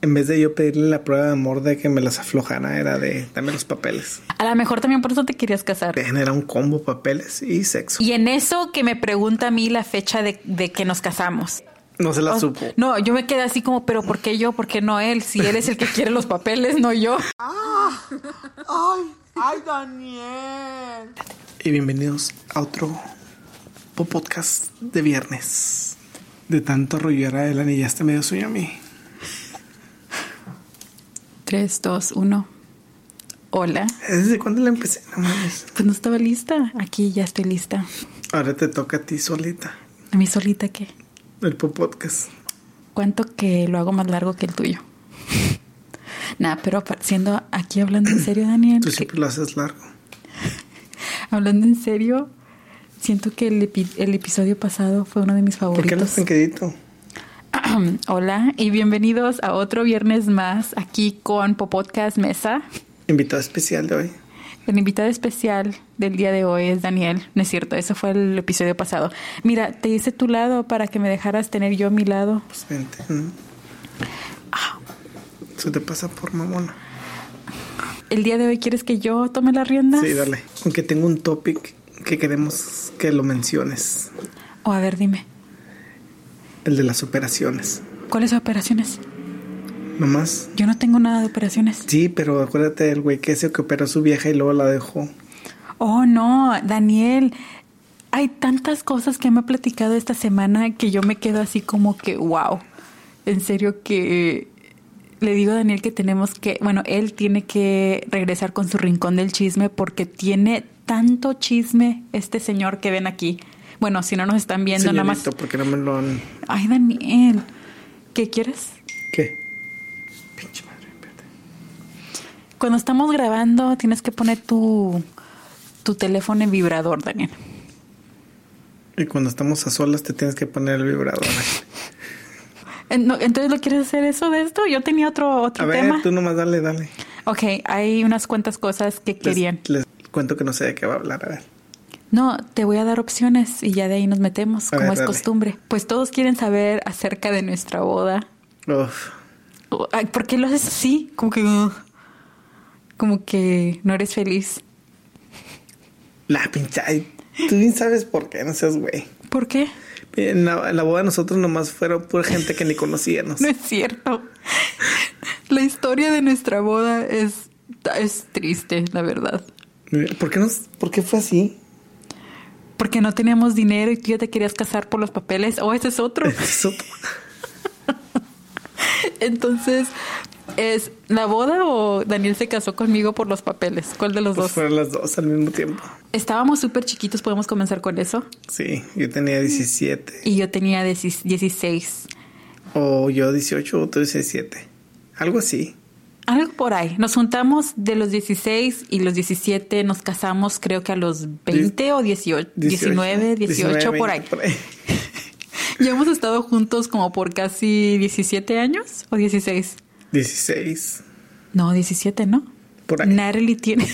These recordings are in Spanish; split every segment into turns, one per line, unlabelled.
en vez de yo pedirle la prueba de amor de que me las aflojara, era de dame los papeles.
A lo mejor también por eso te querías casar.
Te genera un combo papeles y sexo.
Y en eso que me pregunta a mí la fecha de, de que nos casamos.
No se la
O-
Ah, supo.
Oh, No, yo me quedé así como, pero ¿por qué yo? ¿Por qué no él? Si él es el que quiere los papeles, no yo.
Y bienvenidos a otro po- podcast de viernes. De tanto rollo era el anillo, este medio sueño a mí.
Tres, dos, uno. Hola.
¿Desde cuándo la empecé? No mames.
Pues no estaba lista. Aquí ya estoy lista.
Ahora te toca a ti solita
A mí solita que.
el po- podcast.
¿Cuánto que lo hago más largo que el tuyo? Nada, pero pa- siendo aquí hablando en serio, Daniel,
Tú
que-
siempre lo haces largo.
hablando en serio, siento que el, epi- el episodio pasado fue uno de mis
¿Por qué no
favoritos.
tan quedito?
Hola y bienvenidos a otro viernes más aquí con Popodcast Mesa.
Invitado especial de hoy.
El invitado especial del día de hoy es Daniel. No es cierto, eso fue el episodio pasado. Mira, te hice tu lado para que me dejaras tener yo mi lado.
Pues vente, ¿no?
Ah.
Eso te pasa por mamona.
El día de hoy quieres que yo tome las riendas.
Sí, dale. Aunque tengo un topic que queremos que lo menciones.
O a ver, dime,
El de las operaciones.
¿cuáles operaciones?
Nomás.
Yo no tengo nada de operaciones.
Sí, pero acuérdate del güey que se que operó a su vieja y luego la dejó.
Oh, no, Daniel. Hay tantas cosas que me ha platicado esta semana que yo me quedo así como que, wow. En serio que le digo a Daniel que tenemos que, bueno, él tiene que regresar con su rincón del chisme porque tiene tanto chisme este señor que ven aquí. Bueno, si no nos están viendo, nada más.
Señorito, porque no me lo han.
Ay, Daniel, ¿qué quieres?
¿Qué? Pinche madre, espérate.
Cuando estamos grabando, tienes que poner tu, tu teléfono en vibrador, Daniel.
Y cuando estamos a solas te tienes que poner el vibrador.
Eh, no, Entonces, ¿lo quieres hacer eso de esto? Yo tenía otro,
A
otro
ver,
tema.
tú nomás dale, dale.
Ok, hay unas cuantas cosas que
Les-
querían.
Les, cuento que no sé de qué va a hablar. A ver.
No, te voy a dar opciones y ya de ahí nos metemos,
A
como
ver,
es
dale.
costumbre. Pues todos quieren saber acerca de nuestra boda.
Uf.
Oh, ay, ¿Por qué lo haces así? Como que... uh, como que no eres feliz.
La pincha. ay, Tú bien sabes por qué, no seas güey.
¿Por qué?
En la, en la boda de nosotros nomás fueron pura gente que ni conocíamos.
No es cierto. La historia de nuestra boda es, es triste, la verdad.
¿Por qué, nos, ¿Por qué fue así?
Porque no teníamos dinero y tú ya te querías casar por los papeles. Oh, ese es otro.
Eso- pues,
Entonces, ¿es la boda o Daniel se casó conmigo por los papeles? ¿Cuál de los
Pues
dos?
fueron las dos al mismo tiempo.
Estábamos súper chiquitos, podemos comenzar con eso.
Sí, yo tenía 17.
Y yo tenía 16 16.
O yo 18 o tú 17. Algo así.
Algo por ahí. Nos juntamos de los 16 y los 17, nos casamos creo que a los 20 o 18, 19, 18,
19,
por ahí.
20 ahí.
Ya hemos estado juntos como por casi 17 años o 16.
16.
No, 17, ¿no?
Por ahí.
Natalie tiene.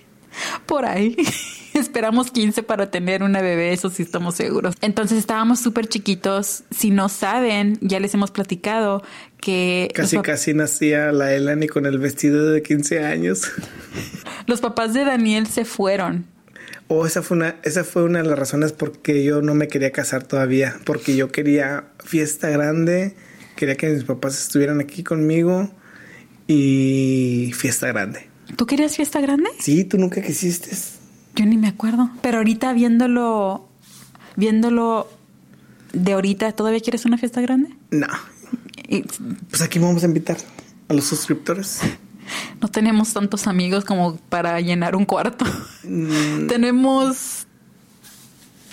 Por ahí. Esperamos 15 para tener una bebé, eso sí estamos seguros. Entonces estábamos súper chiquitos. Si no saben, ya les hemos platicado que
Casi,
los, pap-
casi nacía la Elani con el vestido de 15 años.
los papás de Daniel se fueron.
O esa fue una, esa fue una de las razones por qué yo no me quería casar todavía, porque yo quería fiesta grande, quería que mis papás estuvieran aquí conmigo y fiesta grande.
¿Tú querías fiesta grande?
Sí, tú nunca quisiste.
Yo ni me acuerdo. Pero ahorita viéndolo, viéndolo de ahorita, ¿todavía quieres una fiesta grande?
No.
Y
Pues aquí vamos a invitar a los suscriptores.
no tenemos tantos amigos como para llenar un cuarto.
Mm,
Tenemos.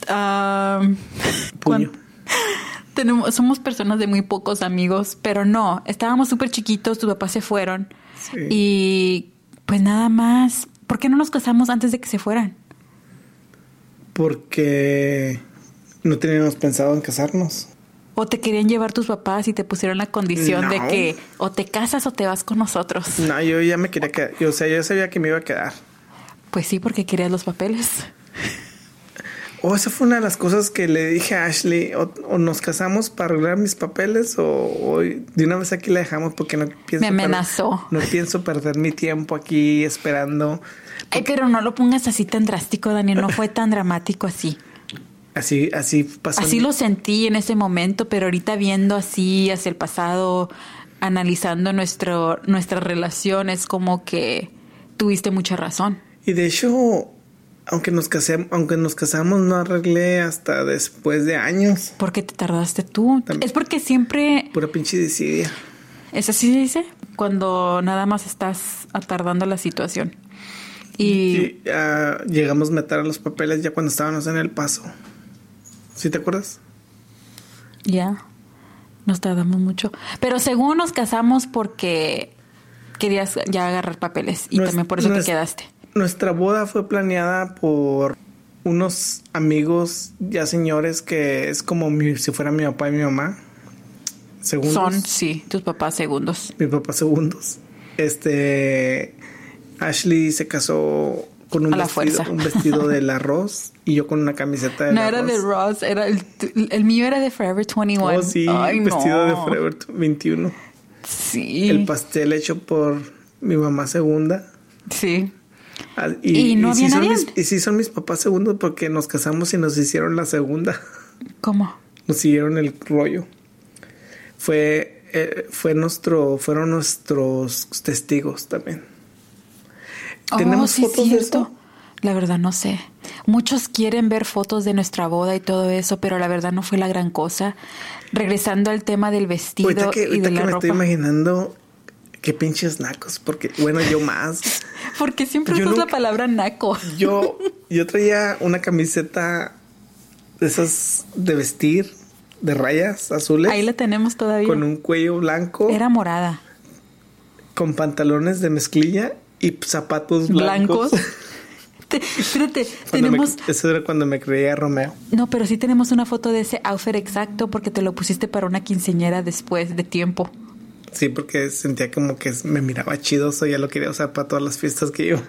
ah,
Puño.
cuan- tenemos, somos personas de muy pocos amigos, pero no, estábamos súper chiquitos, tus papás se fueron.
Sí.
Y pues nada más. ¿Por qué no nos casamos antes de que se fueran?
Porque no teníamos pensado en casarnos.
O te querían llevar tus papás y te pusieron la condición de
No.
que o te casas o te vas con nosotros.
No, yo ya me quería quedar. Yo, o sea, yo sabía que me iba a quedar.
Pues sí, porque querías los papeles.
O Oh, esa fue una de las cosas que le dije a Ashley, o, o nos casamos para arreglar mis papeles, o, o de una vez aquí la dejamos porque no pienso...
Me amenazó.
per- no pienso perder mi tiempo aquí esperando.
Ay, pero no lo pongas así tan drástico, Daniel. No fue tan dramático así.
Así, así pasó.
Así lo sentí en ese momento, pero ahorita viendo así hacia el pasado, analizando nuestro, nuestra relación, es como que tuviste mucha razón.
Y de hecho, aunque nos, casé, aunque nos casamos, no arreglé hasta después de años.
¿Por qué te tardaste tú?
También.
Es porque siempre,
Pura pinche desidia.
es así se dice, cuando nada más estás atardando la situación. Y
Y, ah, llegamos a meter a los papeles ya cuando estábamos en el paso. ¿Sí te acuerdas?
ya, nos tardamos mucho. Pero según nos casamos porque querías ya agarrar papeles y
Nues-
también por eso te
nues-
quedaste.
Nuestra boda fue planeada por unos amigos ya señores que es como mi- si fuera mi papá y mi mamá. Segundos.
Son, sí, tus papás segundos.
Mi papá segundos. Este Ashley se casó con un
A la
vestido,
fuerza.
un vestido del arroz y yo con una camiseta del
No
arroz.
era de Ross, era el, tu- el mío era de Forever 21.
Oh, sí,
Ay,
vestido
no.
de Forever 21.
Sí.
El pastel hecho por mi mamá segunda.
sí.
Ah,
¿Y no
sí
había
son
nadie?
mis- y sí son mis papás segundos porque nos casamos y nos hicieron la segunda.
¿Cómo?
Nos siguieron el rollo. Fue, eh, fue nuestro, fueron nuestros testigos también.
Oh,
¿Tenemos fotos de esto?
La verdad no sé. Muchos quieren ver fotos de nuestra boda y todo eso, pero la verdad no fue la gran cosa. Regresando al tema del vestido
Ahorita que,
y
ahorita
de
que me
la
estoy
ropa.
imaginando qué pinches nacos, porque bueno, yo más.
Porque siempre
Yo
usas la
nunca-
palabra naco.
Yo, yo traía una camiseta de esas de vestir, de rayas azules,
Ahí la tenemos todavía.
con un cuello blanco,
Era morada.
con pantalones de mezclilla y zapatos blancos.
Blancos. Te- espérate,
Cuando me-
tenemos
eso era cuando me creía Romeo.
No, pero sí tenemos una foto de ese outfit exacto porque te lo pusiste para una quinceñera después de tiempo.
Sí, porque sentía como que me miraba chidoso, ya lo quería usar para todas las fiestas que iba.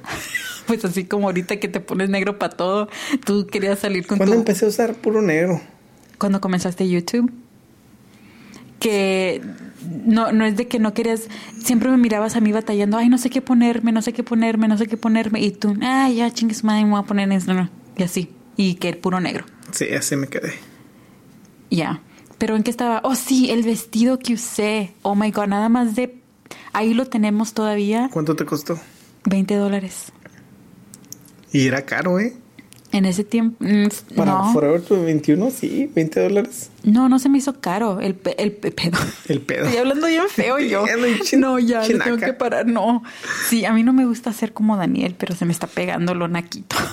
Pues así como ahorita que te pones negro para todo, tú querías salir con
Cuando
tu...
empecé a usar puro negro.
Cuando comenzaste YouTube. Que no, no es de que no querías... Siempre me mirabas a mí batallando, ay, no sé qué ponerme, no sé qué ponerme, no sé qué ponerme. Y tú, ay, ya chingues madre, me voy a poner eso. no, no", Y así. Y que puro negro.
Sí, así me quedé.
Ya. Pero ¿en qué estaba? Oh, sí, el vestido que usé. Oh, my God, nada más de... Ahí lo tenemos todavía.
¿Cuánto te costó?
20 dólares.
Y era caro, ¿eh?
En ese tiempo... mm,
Para
no.
Forever 21, sí, 20 dólares.
no, no se me hizo caro. El, pe- el pe- pedo.
El pedo.
Estoy hablando bien feo yo.
Ya no hay chin-
No, ya, le tengo
chinaca.
que parar. No. Sí, a mí no me gusta ser como Daniel, pero se me está pegando lo naquito.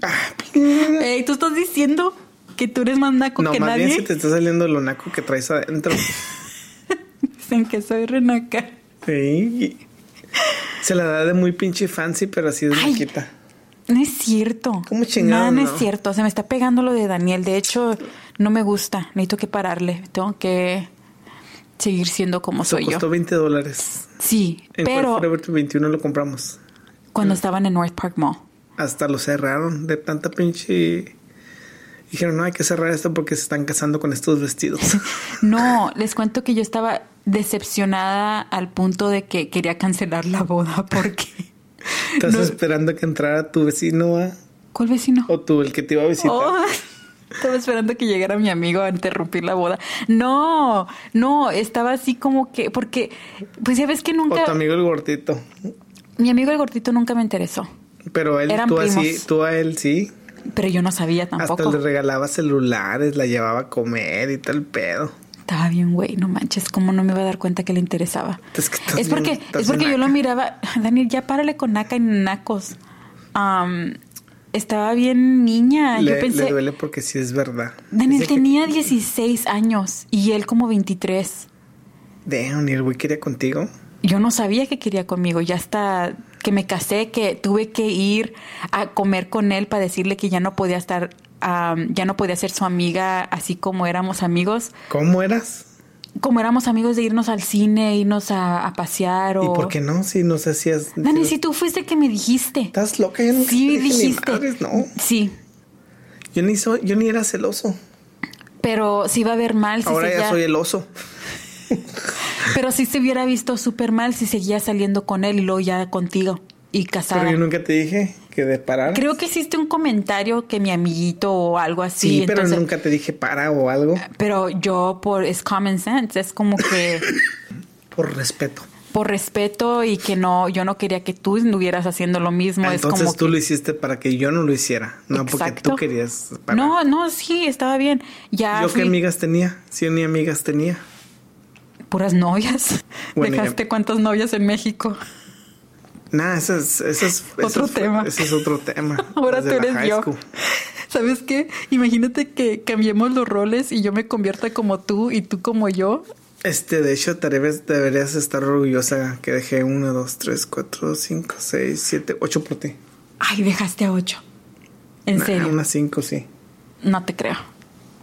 Ah,
Ey, ¿tú estás diciendo que tú eres más naco
no,
que
más bien
nadie?
se te está saliendo lo naco que traes adentro.
Dicen que soy renaca.
Sí. Se la da de muy pinche fancy, pero así es
Ay.
naquita.
No es cierto.
¿Cómo chingado
No, no, es
no?
cierto. Se me está pegando lo de Daniel. De hecho, no me gusta. Necesito que pararle. Tengo que seguir siendo como
Eso
soy yo.
costó 20 dólares.
Sí,
En
pero
Forever 21 lo compramos.
cuando estaban en North Park Mall.
Hasta lo cerraron de tanta pinche. Dijeron, no, hay que cerrar esto porque se están casando con estos vestidos.
No, les cuento que yo estaba decepcionada al punto de que quería cancelar la boda porque...
Estás
No.
esperando que entrara tu vecino ¿va?
¿Cuál vecino?
o tú, el que te iba a visitar.
Oh, estaba esperando que llegara mi amigo a interrumpir la boda. No, no, estaba así como que... Porque, pues ya ves que
O
nunca...
tu amigo el gordito.
Mi amigo el gordito nunca me interesó.
Pero él,
Eran
tú, así,
primos.
tú a él sí.
Pero yo no sabía tampoco.
Hasta le regalaba celulares, la llevaba a comer y todo el pedo.
Estaba bien, güey, no manches, cómo no me iba a dar cuenta que le interesaba.
Es que estás
Es porque,
bien- estás
es porque yo lo
naca.
miraba, Daniel, ya párale con naca y nacos. Am, estaba bien niña,
le,
yo
le
pensé,
duele porque sí es verdad.
Daniel
Dice que,
tenía 16 años y él como 23.
Damn, y el güey quería contigo.
Yo no sabía que quería conmigo, ya hasta que me casé, que tuve que ir a comer con él para decirle que ya no podía estar, am, ya no podía ser su amiga así como éramos amigos.
¿Cómo eras?
Como éramos amigos de irnos al cine, irnos a, a pasear o...
¿Y por qué no? Si nos hacías.
Dani,
si-
si tú fuiste el que me dijiste.
¿Estás loca? Yo nunca te
Sí,
dije ni
dijiste.
madres, no.
Sí.
Yo ni, soy, yo ni era celoso.
Pero sí va a ver mal si
Ahora ya,
seguía-
soy el oso.
Pero sí se hubiera visto súper mal si seguía saliendo con él y luego ya contigo y
Pero
casada.
yo nunca te dije que de parar.
Creo que hiciste un comentario que mi amiguito o algo así.
sí, pero
entonces-
nunca te dije para o algo.
Pero yo por es common sense, es como que
Por respeto.
por respeto y que no, yo no quería que tú estuvieras haciendo lo mismo. es
Entonces
como
tú
que-
lo hiciste para que yo no lo hiciera. No, porque
Exacto.
tú querías parar.
No, no, sí, estaba bien. Ya
¿Yo
fui-
qué amigas tenía? Si yo ni amigas tenía.
puras novias.
Bueno, ya-
Dejaste cuántas novias en México.
Nah, eso es, eso es eso
Otro
fue-
tema.
Ese es otro tema.
Ahora tú
Desde la
eres
high
yo.
school.
¿Sabes qué? Imagínate que cambiemos los roles y yo me convierta como tú y tú como yo.
Este, de hecho, tal vez deberías estar orgullosa que dejé 1, 2, 3, 4, 5, 6, 7, 8 por ti.
Ay, dejaste a ocho. En
Nah,
serio.
Unas 5, sí.
No te creo.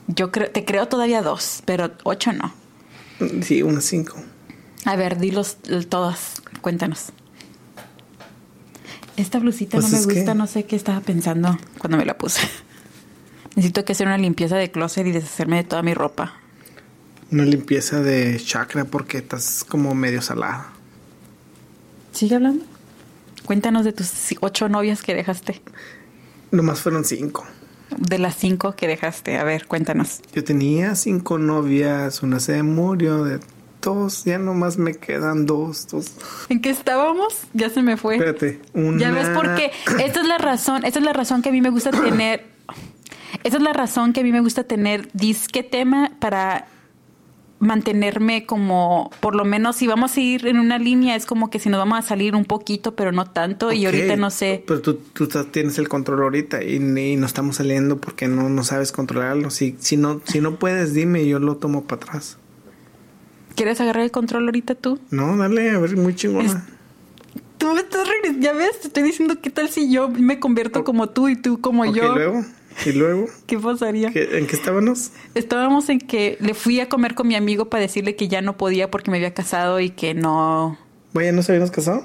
Yo creo, te creo todavía dos, pero ocho no.
Mm, Sí, unas 5.
A ver, dilos l- todas. Cuéntanos. Esta blusita
Pues
no me
es que-
gusta, no sé qué estaba pensando cuando me la puse. Necesito que hacer una limpieza de closet y deshacerme de toda mi ropa.
Una limpieza de chakra porque estás como medio salada.
¿Sigue hablando? Cuéntanos de tus ci- ocho novias que dejaste.
Nomás fueron 5.
De las cinco que dejaste. A ver, cuéntanos.
Yo tenía cinco novias, una se murió de dos, ya nomás me quedan dos, dos.
¿En qué estábamos? Ya se me fue.
Espérate, una.
Ya ves por qué. Esta es la razón, esta es la razón que a mí me gusta tener. Esta es la razón que a mí me gusta tener disque tema para mantenerme como, por lo menos si vamos a ir en una línea, es como que si nos vamos a salir un poquito, pero no tanto. Y ahorita
Ok,
no sé.
Pero tú, tú estás- tienes el control ahorita y, y no estamos saliendo porque no, no sabes controlarlo. Si, si, no, si no puedes, dime, y yo lo tomo para atrás.
¿Quieres agarrar el control ahorita tú?
No, dale, a ver, muy chingona.
Tú me estás regres- ya ves, te estoy diciendo qué tal si yo me convierto como tú y tú como
Ok,
yo.
luego, y luego,
¿Qué pasaría?
¿qué- ¿en qué estábamos?
Estábamos en que le fui a comer con mi amigo para decirle que ya no podía porque me había casado y que no,
Vaya, ¿no se habíamos casado?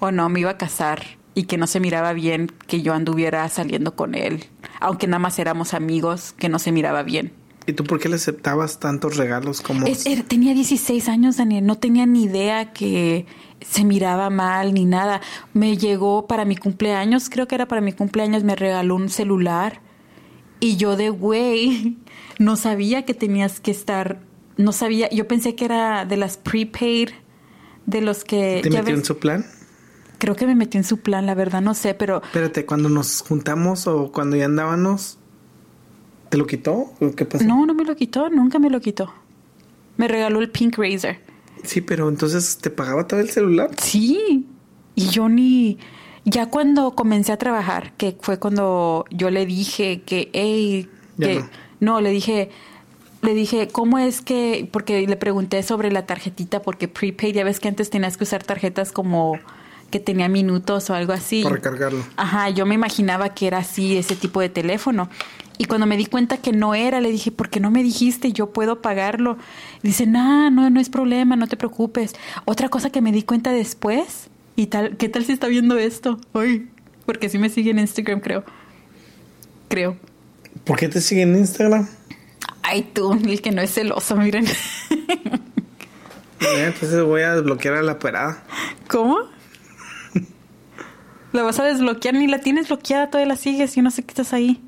o no, me iba a casar y que no se miraba bien que yo anduviera saliendo con él, aunque nada más éramos amigos, que no se miraba bien.
¿Y tú por qué le aceptabas tantos regalos como...
Es- era- tenía 16 años, Daniel, no tenía ni idea que se miraba mal ni nada. Me llegó para mi cumpleaños, creo que era para mi cumpleaños, me regaló un celular y yo de güey, no sabía que tenías que estar, no sabía, yo pensé que era de las prepaid, de los que...
¿Te
ya
metió en
ves-
su plan?
Creo que me metí en su plan, la verdad, no sé, pero
Espérate, cuando nos juntamos o cuando ya andábamos, ¿te lo quitó? ¿O qué pasó?
no, no me lo quitó, nunca me lo quitó. Me regaló el Pink Razor.
Sí, pero entonces te pagaba todo el celular.
Sí, y yo ni... Ya cuando comencé a trabajar, que fue cuando yo le dije que, hey,
Ya
que-
no.
no, le dije, le dije, ¿cómo es que? Porque le pregunté sobre la tarjetita, porque prepaid, ya ves que antes tenías que usar tarjetas como que tenía minutos o algo así.
Para recargarlo.
Ajá, yo me imaginaba que era así ese tipo de teléfono. Y cuando me di cuenta que no era, le dije, ¿por qué no me dijiste? Yo puedo pagarlo. Y dice, nah, no, no es problema, no te preocupes. Otra cosa que me di cuenta después, y tal, ¿qué tal si está viendo esto? Ay, porque sí me sigue en Instagram, creo. Creo.
¿Por qué te sigue en Instagram?
Ay, tú, el que no es celoso, miren.
Eh, entonces voy a desbloquear a la perada.
¿Cómo? La vas a desbloquear, ni la tienes bloqueada, todavía la sigues y no sé qué estás ahí.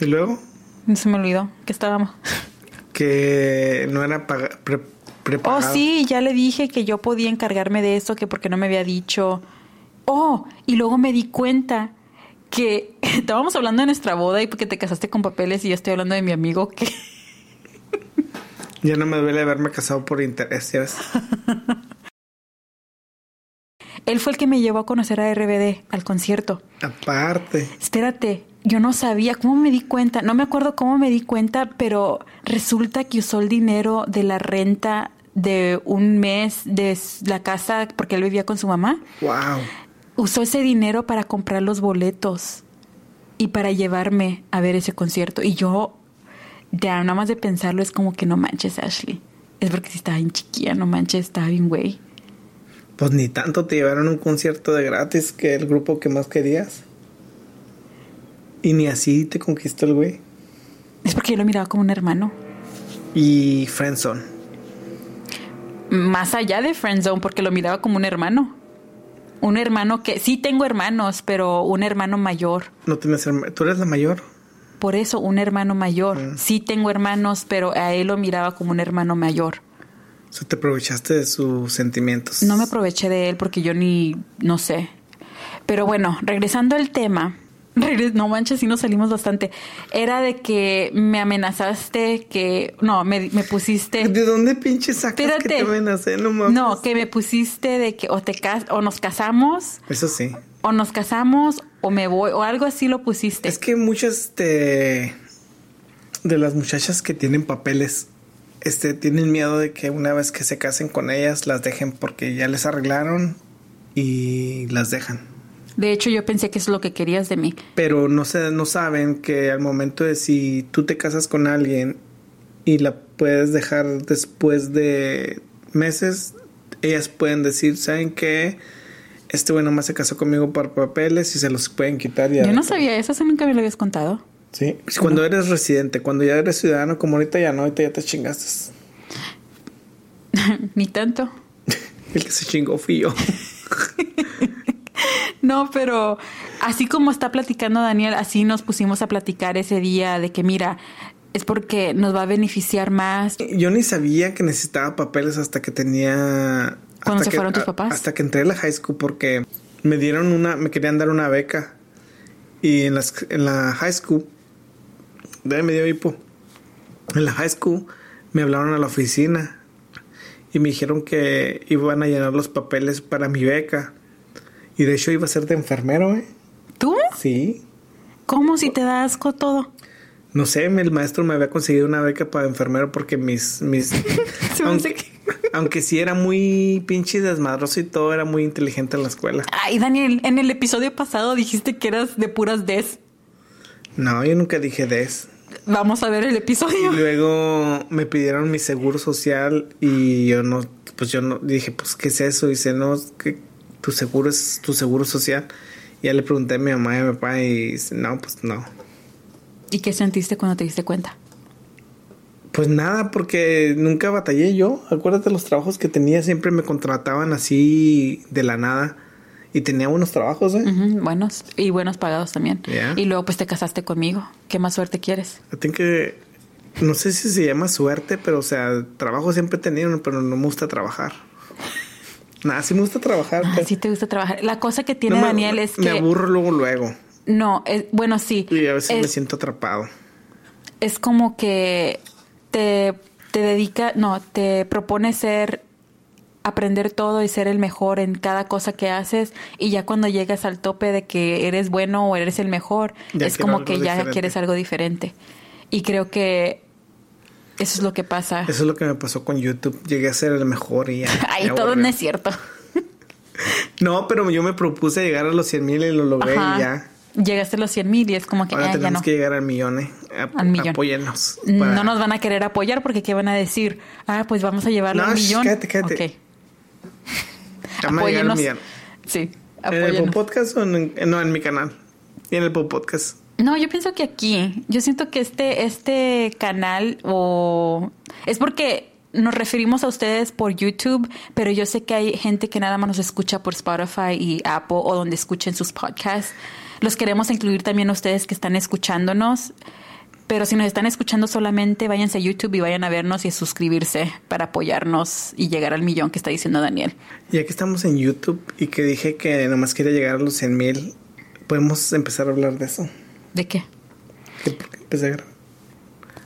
Y luego,
Se me olvidó que estábamos.
que no era paga- pre-
Oh,
prepagado.
sí, ya le dije que yo podía encargarme de eso, que porque no me había dicho. Oh, y luego me di cuenta que estábamos hablando de nuestra boda y porque te casaste con papeles y yo estoy hablando de mi amigo que
Ya no me duele haberme casado por interés, ¿ya ves?
él fue el que me llevó a conocer a RBD al concierto.
Aparte.
Espérate, yo no sabía cómo me di cuenta, no me acuerdo cómo me di cuenta, pero resulta que usó el dinero de la renta de un mes de s- la casa porque él vivía con su mamá.
Wow.
usó ese dinero para comprar los boletos y para llevarme a ver ese concierto. Y yo, ya nada más de pensarlo, es como que no manches, Ashley. Es porque si estaba bien chiquilla, no manches, estaba bien güey.
Pues ni tanto te llevaron a un concierto de gratis que el grupo que más querías. Y ni así te conquistó el güey.
Es porque yo lo miraba como un hermano.
Y Friendzone.
Más allá de Friendzone, porque lo miraba como un hermano. Un hermano que sí tengo hermanos, pero un hermano mayor.
No tienes herma- ¿Tú eres la mayor?
Por eso, un hermano mayor. Sí tengo hermanos, pero a él lo miraba como un hermano mayor.
O sea, te aprovechaste de sus sentimientos.
No me aproveché de él porque yo ni, no sé. Pero bueno, regresando al tema, regres- no manches, sí nos salimos bastante. Era de que me amenazaste, que, no, me, me pusiste...
¿De dónde pinche sacas que
Espérate.
te amenacé? No mames.
No, que me pusiste de que o, te cas- o nos casamos,
Eso sí.
o nos casamos, o me voy, o algo así lo pusiste.
Es que muchas de, de las muchachas que tienen papeles este, tienen miedo de que una vez que se casen con ellas las dejen porque ya les arreglaron y las dejan.
De hecho, yo pensé que eso es lo que querías de mí.
Pero no, se, no saben que al momento de si tú te casas con alguien y la puedes dejar después de meses, ellas pueden decir, ¿saben qué? Este bueno más se casó conmigo por papeles y se los pueden quitar. y
Yo no
arreglar".
sabía eso, eso nunca me lo habías contado.
Sí, cuando eres residente, cuando ya eres ciudadano, como ahorita ya no, ahorita ya te chingaste.
Ni tanto.
El que se chingó fui yo.
No, pero así como está platicando Daniel, así nos pusimos a platicar ese día de que mira, es porque nos va a beneficiar más.
Yo ni sabía que necesitaba papeles hasta que tenía.
¿Cuándo
hasta
se
que-
fueron tus
a-
papás?
Hasta que entré a la high school porque me dieron una, me querían dar una beca. Y en, las, en la high school, de me dio hipo. En la high school me hablaron a la oficina y me dijeron que iban a llenar los papeles para mi beca. Y de hecho iba a ser de enfermero, ¿eh?
¿Tú?
Sí.
¿Cómo si te da asco todo?
No sé, me- el maestro me había conseguido una beca para enfermero porque mis... mis
Se me hace
aunque, aunque sí era muy pinche desmadroso y todo, era muy inteligente en la escuela.
Ay, Daniel, en el episodio pasado dijiste que eras de puras des.
No, yo nunca dije des.
Vamos a ver el
Y
episodio.
luego me pidieron mi seguro social y yo no, pues yo no, dije, pues, ¿qué es eso? Y dice, no, es que tu seguro es tu seguro social. Y ya le pregunté a mi mamá y a mi papá y dice, no, pues no.
¿Y qué sentiste cuando te diste cuenta?
Pues nada, porque nunca batallé yo. Acuérdate los trabajos que tenía, siempre me contrataban así de la nada. Y tenía buenos trabajos, ¿eh?
Ujú, buenos y buenos pagados también.
Ya.
Y luego pues te casaste conmigo. ¿Qué más suerte quieres?
I think que. No sé si se llama suerte, pero o sea, trabajo siempre he tenido, pero no me gusta trabajar. Nada, sí me gusta trabajar. pero
Así Ah, te gusta trabajar. La cosa que tiene
no me-
Daniel es que
Me aburro luego, luego.
no, es- bueno sí.
Y a veces me
es-
siento atrapado.
es como que te, te dedica, no, te propone ser, aprender todo y ser el mejor en cada cosa que haces y ya cuando llegas al tope de que eres bueno o eres el mejor,
Ya
es
quiero
como
algo
que ya
diferente.
quieres algo diferente. Y creo que eso es lo que pasa.
Eso es lo que me pasó con YouTube. Llegué a ser el mejor y ya.
Ahí
me
todo no
aburrió.
es cierto.
No, pero yo me propuse llegar a los 100 mil y lo logré
Ajá.
y ya.
Llegaste a los 100 mil y es como que
Ahora
"Ah, ya
tenemos
no.
que llegar al millón, ¿eh? Ap-
Al millón.
Apóyennos. para-
No nos van a querer apoyar porque ¿qué van a decir? Ah, pues vamos a llevarlo
No,
al
sh,
millón.
cállate, cállate.
Ok,
Vamos a llegar al
apóyenos.
millón.
Sí,
¿En el
apóyenos.
Pop podcast o en, en- no, en mi canal? Y en el Pop podcast.
No, yo pienso que aquí, yo siento que este, este canal o es porque nos referimos a ustedes por YouTube, pero yo sé que hay gente que nada más nos escucha por Spotify y Apple o donde escuchen sus podcasts. Los queremos incluir también a ustedes que están escuchándonos, pero si nos están escuchando solamente, váyanse a YouTube y vayan a vernos y a suscribirse para apoyarnos y llegar al millón que está diciendo Daniel.
Ya que estamos en YouTube y que dije que nomás quería llegar a los 100 mil, podemos empezar a hablar de eso.
¿De qué?
Que porque empecé a grabar.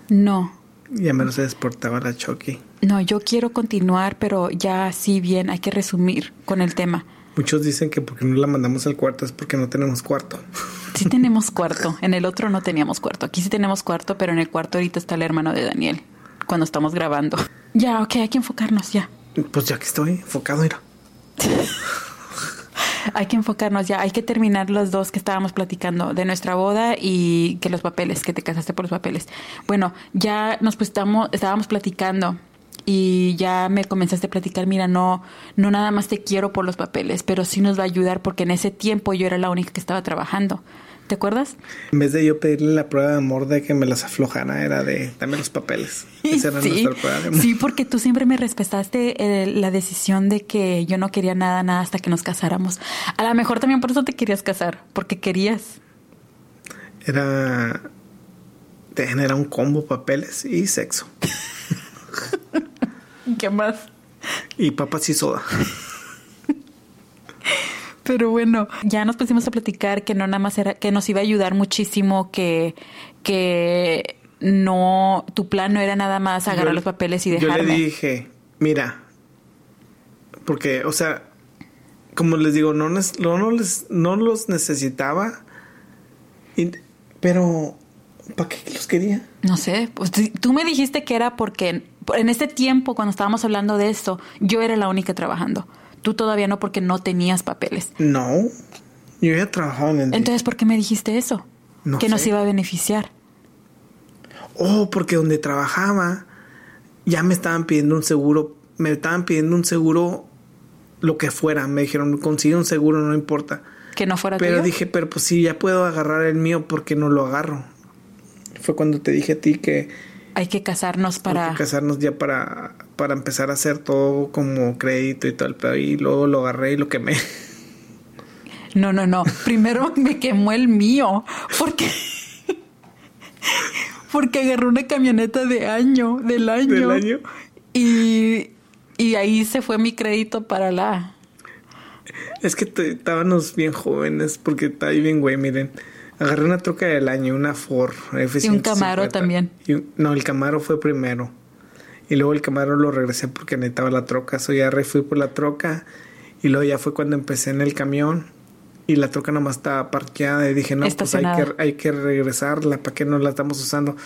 No.
Ya me los exportaba la Chucky.
No, yo quiero continuar, pero ya sí bien, hay que resumir con el tema.
Muchos dicen que porque no la mandamos al cuarto es porque no tenemos cuarto.
Sí tenemos cuarto, en el otro no teníamos cuarto. Aquí sí tenemos cuarto, pero en el cuarto ahorita está el hermano de Daniel, cuando estamos grabando. Ya, ok, hay que enfocarnos, ya.
Pues ya que estoy enfocado, mira.
Hay que enfocarnos, ya. Hay que terminar los dos que estábamos platicando, de nuestra boda y que los papeles, que te casaste por los papeles. Bueno, ya nos pusimos, estábamos platicando y ya me comenzaste a platicar, mira, no, no nada más te quiero por los papeles, pero sí nos va a ayudar porque en ese tiempo yo era la única que estaba trabajando. ¿Te acuerdas?
En vez de yo pedirle la prueba de amor de que me las aflojara, era de dame los papeles. Esa era
sí,
nuestra prueba de amor.
sí, porque tú siempre me respetaste eh, la decisión de que yo no quería nada, nada hasta que nos casáramos. A lo mejor también por eso te querías casar, porque querías.
Era. Te genera un combo papeles y sexo.
¿Qué más?
Y papas y soda.
Pero bueno, ya nos pusimos a platicar que no nada más era, que nos iba a ayudar muchísimo, que, que no, tu plan no era nada más agarrar
Yo-
los papeles y
Yo le
dejarme.
dije, mira, porque, o sea, como les digo, no, nes- no, no les, no los necesitaba, y- pero ¿para qué los quería?
No sé, pues tú- tú me dijiste que era porque en, en este tiempo, cuando estábamos hablando de esto, yo era la única trabajando. Tú todavía no porque no tenías papeles.
No, yo ya trabajaba en el... DIF.
Entonces, ¿por qué me dijiste eso?
No
que nos
sé.
iba a beneficiar.
Oh, porque donde trabajaba ya me estaban pidiendo un seguro, me estaban pidiendo un seguro, lo que fuera, me dijeron, consigue un seguro, no importa.
Que no fuera
Pero
tuyo.
dije, pero pues si ya puedo agarrar el mío, ¿por qué no lo agarro? Fue cuando te dije a ti que
Hay que casarnos
para
para.
casarnos ya para, para empezar a hacer todo como crédito y todo el pedo. Y luego lo agarré y lo quemé.
No, no, no. Primero me quemó el mío. Porque. Porque agarró una camioneta de año, del año.
Del año.
Y, y ahí se fue mi crédito para la.
Es que te- estábamos bien jóvenes porque está ahí bien güey, miren. Agarré una troca del año, una Ford F-150.
Y un Camaro también.
Y un- no, el Camaro fue primero. Y luego el Camaro lo regresé porque necesitaba la troca. So ya re fui por la troca. Y luego ya fue cuando empecé en el camión. Y la troca nomás estaba parqueada. Y dije, no, pues hay que,
Estacionada.
hay que regresarla. ¿Para qué no la estamos usando?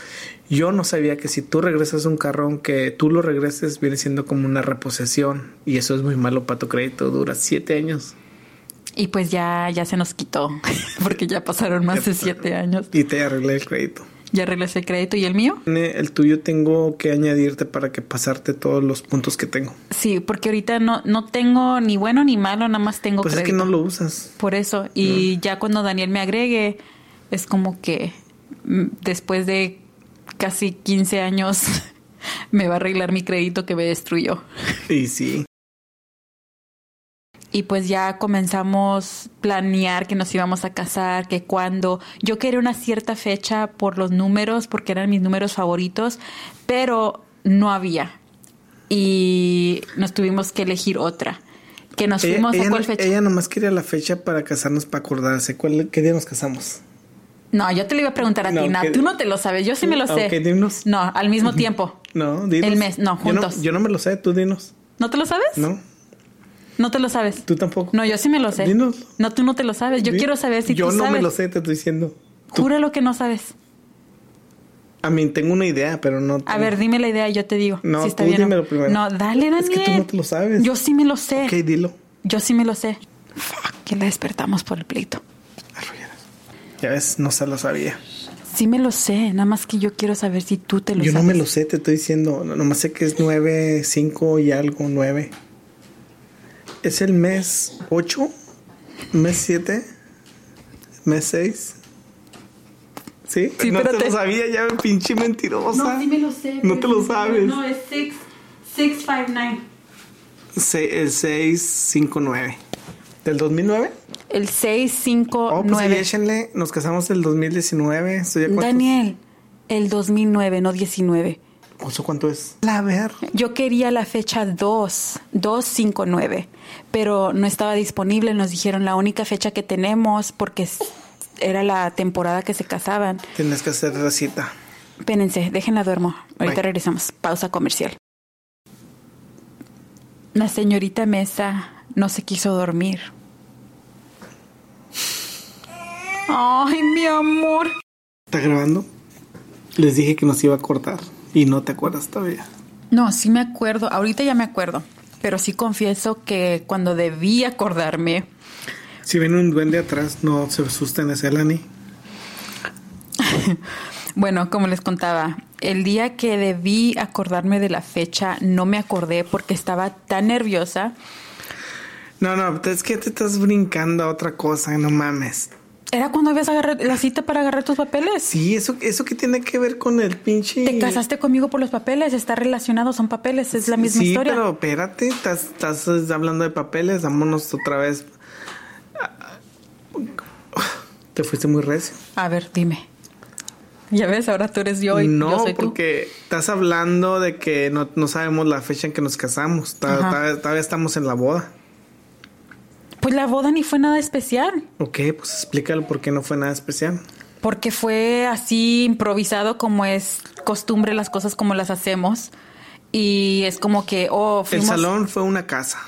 Yo no sabía que si tú regresas un carro, aunque tú lo regreses, viene siendo como una reposesión. Y eso es muy malo para tu crédito. Dura siete años.
Y pues ya, ya se nos quitó. Porque ya pasaron más de siete años.
Y te arreglé el crédito.
Ya regresé el crédito. ¿Y el mío?
El tuyo tengo que añadirte para que pasarte todos los puntos que tengo.
Sí, porque ahorita no, no tengo ni bueno ni malo, nada más tengo
Pues es
crédito.
que no lo usas.
Por eso. Y ya cuando Daniel me agregue, es como que mm, después de casi 15 años me va a arreglar mi crédito que me destruyó.
Y sí.
Y pues ya comenzamos planear que nos íbamos a casar, que cuando yo quería una cierta fecha por los números, porque eran mis números favoritos, pero no había. Y nos tuvimos que elegir otra. Que nos
Ella,
fuimos
Eh, ella
a cuál
no-
fecha.
ella nomás quería la fecha para casarnos, para acordarse. ¿Cuál, ¿Qué día nos casamos?
No, yo te lo iba a preguntar a
No,
ti, Nat.
que-
Tú no te lo sabes, yo sí me lo sé.
Ok, dinos.
No, al mismo tiempo.
No, dinos.
El mes, no,
Yo Yo
juntos.
no, me lo sé, tú dinos.
¿No te lo sabes?
No,
No te lo sabes.
tú tampoco.
No, yo sí me lo sé.
Dinoslo.
No, tú no te lo sabes. Yo
Di-
quiero saber si
Yo
tú
no
sabes.
me lo sé, te estoy diciendo.
Júralo que no sabes.
A mí tengo una idea, pero no.
A
tengo-
ver, dime la idea y yo te digo.
No,
si está
tú
bien o-
dímelo primero.
No, dale, Daniel.
Es que tú no te lo sabes.
Yo sí me lo sé.
Ok, dilo.
Yo sí me lo sé. Fuck, que la despertamos por el pleito.
Arrolleras. Ya ves, no se lo sabía.
Sí me lo sé, nada más que yo quiero saber si tú te lo
Yo no
sabes.
me lo sé, te estoy diciendo. no- Nomás sé que es 9, 5 y algo, 9. Es el mes 8, mes 7, mes 6. ¿Sí?
Sí,
no te
espérate.
lo sabía, ya pinche mentirosa. No te lo sabes.
es 659.
Se- el 6, 5, 9. ¿Del 2009? Oh,
El
pues sí,
659.
échenle. Nos casamos el 2019. ¿so ya cuántos-
Daniel, el 2009, no 19.
¿Eso cuánto es? La ver.
Yo quería la fecha 2, 259, pero no estaba disponible. Nos dijeron la única fecha que tenemos porque es- era la temporada que se casaban.
Tienes que hacer la cita.
Espérense, déjenla duermo. Ahorita
Bye.
regresamos. Pausa comercial. La señorita Mesa no se quiso dormir. Ay, mi amor.
¿Está grabando? Les dije que nos iba a cortar y no te acuerdas todavía.
No, sí me acuerdo, ahorita ya me acuerdo, pero sí confieso que cuando debí acordarme,
Si ven un duende atrás, no se asusten, es Elani.
bueno, como les contaba, el día que debí acordarme de la fecha, no me acordé porque estaba tan nerviosa.
pues No, no, es que te estás brincando a otra cosa, no mames.
¿Era cuando habías agarrado la cita para agarrar tus papeles?
Sí, eso, eso que tiene que ver con el pinche.
Te casaste conmigo por los papeles, está relacionado, son papeles, es la misma
sí,
historia.
pero espérate, estás, estás hablando de papeles, vámonos otra vez. Te fuiste muy recio.
A ver, dime. Ya ves, ahora tú eres yo y
no,
yo soy tú.
porque estás hablando de que no, no sabemos la fecha en que nos casamos. Ta-
Ajá.
ta- todavía estamos en la boda.
Pues la boda ni fue nada especial,
Ok, pues explícalo por qué no fue nada especial.
porque fue así improvisado como es costumbre las cosas como las hacemos. Y es como que, oh,
El
fuimos...
salón fue una casa.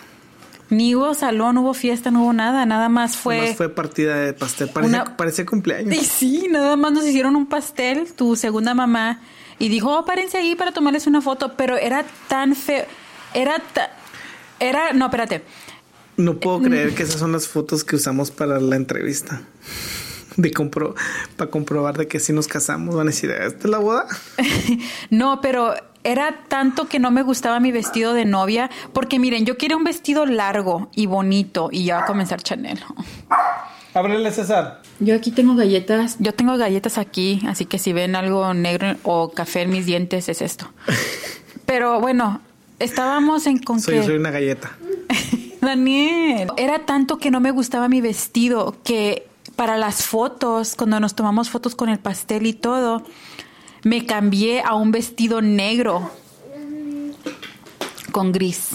Ni hubo salón, no hubo fiesta, no hubo nada, nada más
Nomás
fue...
fue partida de pastel. Parecía,
Una-
parecía cumpleaños.
Y sí, nada más nos hicieron un pastel, tu segunda mamá, y dijo, oh, párense ahí para tomarles una foto, pero era tan feo, era ta- Era, no, espérate.
No
Mm.
puedo creer que esas son las fotos que usamos para la entrevista. De compro para comprobar de que si nos casamos. Van a decir, ¿esta es la boda?
no, pero era tanto que no me gustaba mi vestido de novia, porque miren, yo quería un vestido largo y bonito, y ya va a comenzar Chanel.
Ábrele, César.
Yo aquí tengo galletas. Yo tengo galletas aquí, así que si ven algo negro o café en mis dientes, es esto. Pero bueno, estábamos en con
Soy,
que-
soy una galleta.
Daniel. Era tanto que no me gustaba mi vestido que para las fotos, cuando nos tomamos fotos con el pastel y todo, me cambié a un vestido negro con gris.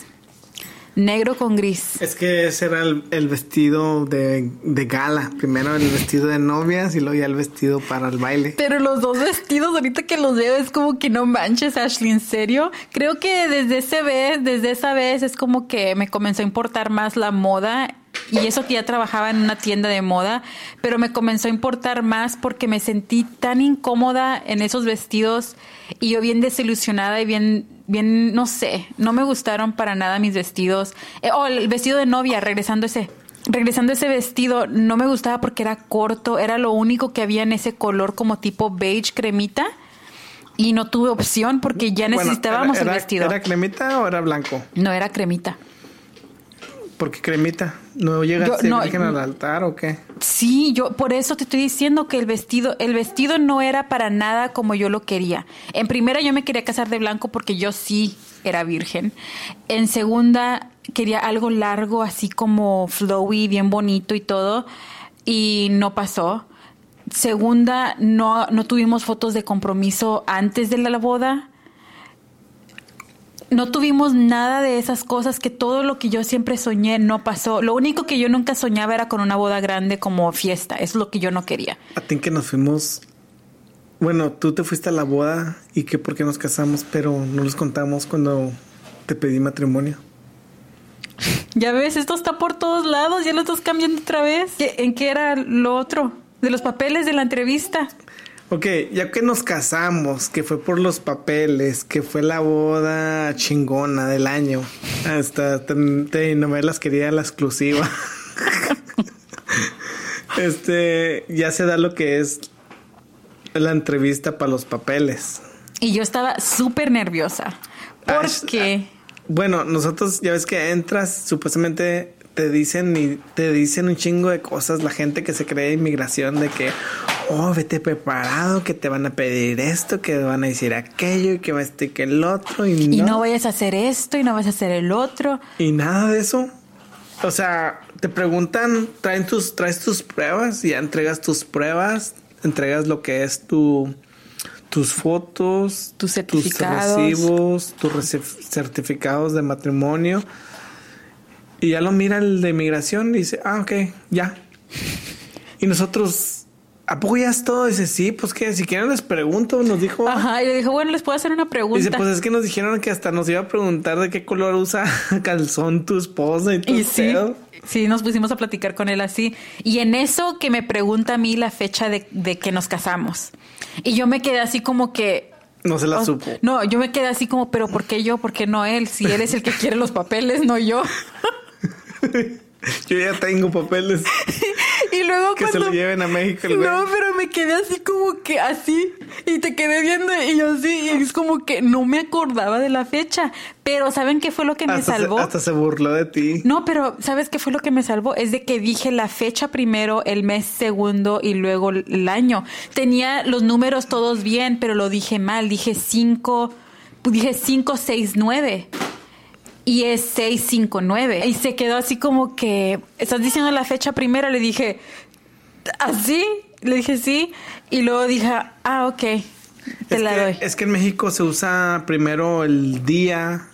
Negro con gris.
Es que ese era el, el vestido de, de gala. Primero el vestido de novias y luego ya el vestido para el baile.
Pero los dos vestidos, ahorita que los veo, es como que no manches, Ashley, en serio. Creo que desde ese vez, desde esa vez, es como que me comenzó a importar más la moda. Y eso que ya trabajaba en una tienda de moda, pero me comenzó a importar más porque me sentí tan incómoda en esos vestidos y yo bien desilusionada y bien, bien, no sé, no me gustaron para nada mis vestidos. Eh, oh, el vestido de novia, regresando a ese. Regresando a ese vestido, no me gustaba porque era corto, era lo único que había en ese color como tipo beige cremita y no tuve opción porque ya
Bueno,
necesitábamos
era- era-
el vestido.
¿Era cremita o era blanco?
No era cremita.
Porque cremita. ¿No llegaste
no-
virgen al altar o qué?
Sí, yo por eso te estoy diciendo que el vestido, el vestido no era para nada como yo lo quería. En primera yo me quería casar de blanco porque yo sí era virgen. En segunda quería algo largo así como flowy, bien bonito y todo y no pasó. Segunda no no tuvimos fotos de compromiso antes de la boda. No tuvimos nada de esas cosas que todo lo que yo siempre soñé no pasó. Lo único que yo nunca soñaba era con una boda grande como fiesta. Eso es lo que yo no quería.
A ti que nos fuimos. Bueno, tú te fuiste a la boda y que porque nos casamos, pero no los contamos cuando te pedí matrimonio.
Ya ves, esto está por todos lados. Ya lo estás cambiando otra vez. ¿Qué- ¿En qué era lo otro? De los papeles de la entrevista.
Ok, ya que nos casamos, que fue por los papeles, que fue la boda chingona del año. Hasta ten- telenovelas quería la exclusiva. este, ya se da lo que es la entrevista para los papeles.
Y yo estaba súper nerviosa. Ah, Porque...
Bueno, nosotros ya ves que entras, supuestamente te dicen y te dicen un chingo de cosas la gente que se cree inmigración de que oh, vete preparado, que te van a pedir esto, que van a decir aquello y que va este y que el otro y,
Y
no,
no vayas a hacer esto y no vas a hacer el otro.
y nada de eso. O sea, te preguntan, traen tus traes tus pruebas y ya entregas tus pruebas, entregas lo que es tu tus fotos,
Tus certificados.
tus recibos, tus recef- certificados de matrimonio. Y ya lo mira el de migración y dice, ah, ok, ya. Y nosotros, ¿a poco ya es todo? Dice, sí, pues que si quieren les pregunto, nos dijo.
Ajá, y le dijo, bueno, les puedo hacer una pregunta.
Dice, pues es que nos dijeron que hasta nos iba a preguntar de qué color usa calzón tu esposa y todo
Y sí,
pedo.
sí, nos pusimos a platicar con él así. Y en eso que me pregunta a mí la fecha de, de que nos casamos. Y yo me quedé así como que...
No se la
o-
supo.
No, yo me quedé así como, pero ¿por qué yo? ¿Por qué no él? Si él es el que quiere los papeles, no yo.
Yo ya tengo papeles
Y luego
que se
cuando...
lo lleven a México. el güey.
no, pero me me quedé así como que así y te quedé viendo y yo así y es como que no me acordaba de la fecha, pero ¿saben qué fue lo que me
hasta
salvó?
Se, hasta se burló de ti.
No, pero ¿sabes qué fue lo que me salvó? Es de que dije la fecha primero, el mes segundo y luego el año. Tenía los números todos bien, pero lo dije mal. Dije 5, dije 5, 6, 9. Y es 659. Y se quedó así como que, ¿estás diciendo la fecha primero? Le dije, ¿así? Le dije sí. Y luego dije, ah, ok, te
es
la
que,
doy.
Es que en México se usa primero el día,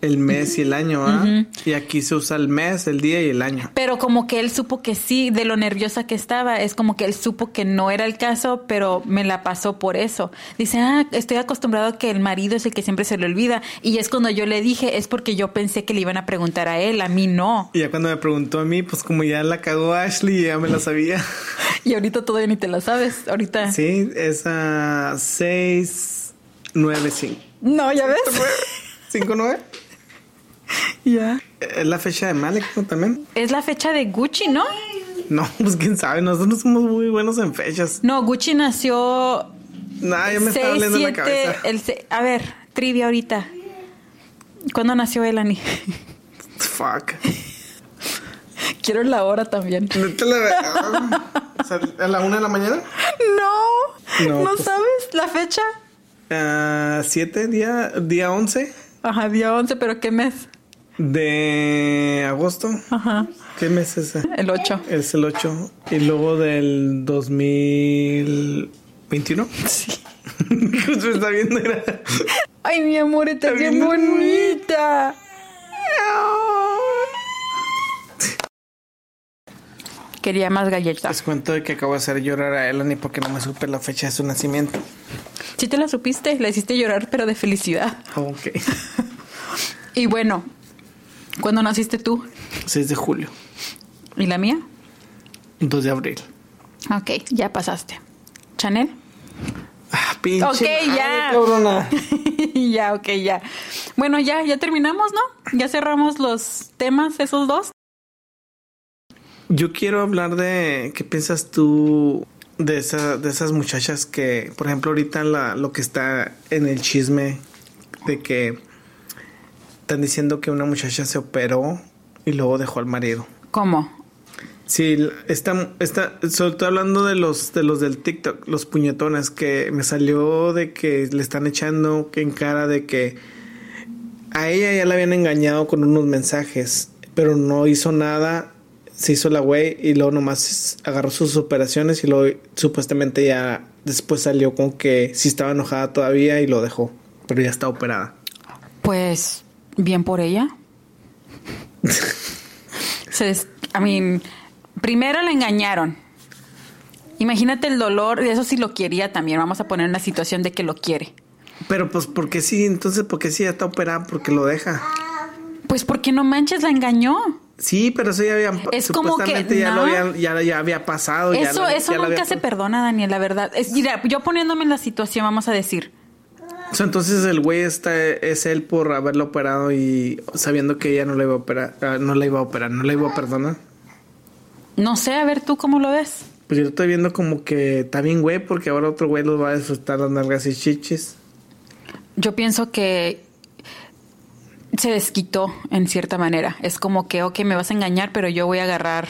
el mes y el año, ¿ah? Y aquí se usa el mes, el día y el año.
Pero como que él supo que sí, de lo nerviosa que estaba, es como que él supo que no era el caso, pero me la pasó por eso. Dice, ah, estoy acostumbrado a que el marido es el que siempre se le olvida. Y es cuando yo le dije, es porque yo pensé que le iban a preguntar a él, a mí no.
Y ya cuando me preguntó a mí, pues como ya la cagó Ashley, ya me la sabía.
Y ahorita todavía ni te la sabes, ahorita.
sí, es a 6, 9, 5.
No, ya ves.
5, 9.
Ya.
Es Eh, la fecha de Malek, ¿no? También.
Es la fecha de Gucci, ¿no?
No, pues quién sabe, nosotros somos muy buenos en fechas.
No, Gucci nació
Nah, ya me está
seis,
doliendo la
siete,
cabeza.
el se- a ver, trivia ahorita. ¿Cuándo nació Elani?
Fuck.
Quiero la hora también.
Neta, la- O sea, ¿A la una de la mañana?
No, no,
No, pues-
sabes la fecha.
Ah, siete, día, día 11
Ajá, día 11, pero ¿qué mes?
de agosto.
Ajá,
¿Qué mes es ese?
el 8.
Es el 8. Y luego del 2021.
Sí.
Pues me está viendo. era-
Ay, mi amor, estás
Está
bien
bien
bonita. Quería más galletas.
Les cuento de que acabo de hacer llorar a Elani porque no me supe la fecha de su nacimiento.
Sí te la supiste, la hiciste llorar, pero de felicidad.
Ah, Ok.
Y bueno, ¿cuándo naciste tú?
6 de julio,
¿Y la mía?
2 de abril.
Ok, ya pasaste. ¿Chanel?
Ah, pinche.
Ok,
madre,
ya.
cabrona.
ya, ok, ya. Bueno, ya, ya terminamos, ¿no? Ya cerramos los temas, esos dos.
Yo quiero hablar de qué piensas tú de, esa- de esas muchachas que, por ejemplo, ahorita la- lo que está en el chisme de que están diciendo que una muchacha se operó y luego dejó al marido.
¿Cómo?
Sí, l- esta, esta, so- estoy hablando de los, de los del TikTok, los puñetones, que me salió de que le están echando en cara de que a ella ya la habían engañado con unos mensajes, pero no hizo nada, se hizo la güey y luego nomás agarró sus operaciones y luego supuestamente ya después salió con que sí estaba enojada todavía y lo dejó, pero ya está operada.
Pues bien por ella. Se des- I mean, primero la engañaron. Imagínate el dolor, y eso sí lo quería también. Vamos a poner una situación de que lo quiere.
Pero pues, ¿por qué sí? Entonces, ¿por qué sí ya está operada? Porque lo deja.
Pues porque no manches, la engañó.
Sí, pero eso ya habían
Es como que,
supuestamente ya,
¿no?
lo habían, ya, ya había pasado. ya
eso
lo-
eso
ya lo
nunca
había
se
pasado.
perdona, Daniel, la verdad. Es- mira, yo poniéndome en la situación, vamos a decir,
O sea, entonces el güey está es él por haberlo operado y sabiendo que ella no la iba a operar, ah, no la iba a operar, no la iba a perdonar.
no sé, a ver tú cómo lo ves.
Pues yo lo estoy viendo como que está bien güey porque ahora otro güey los va a disfrutar las nalgas y chichis.
Yo pienso que se desquitó en cierta manera. Es como que, ok, me vas a engañar, pero yo voy a agarrar,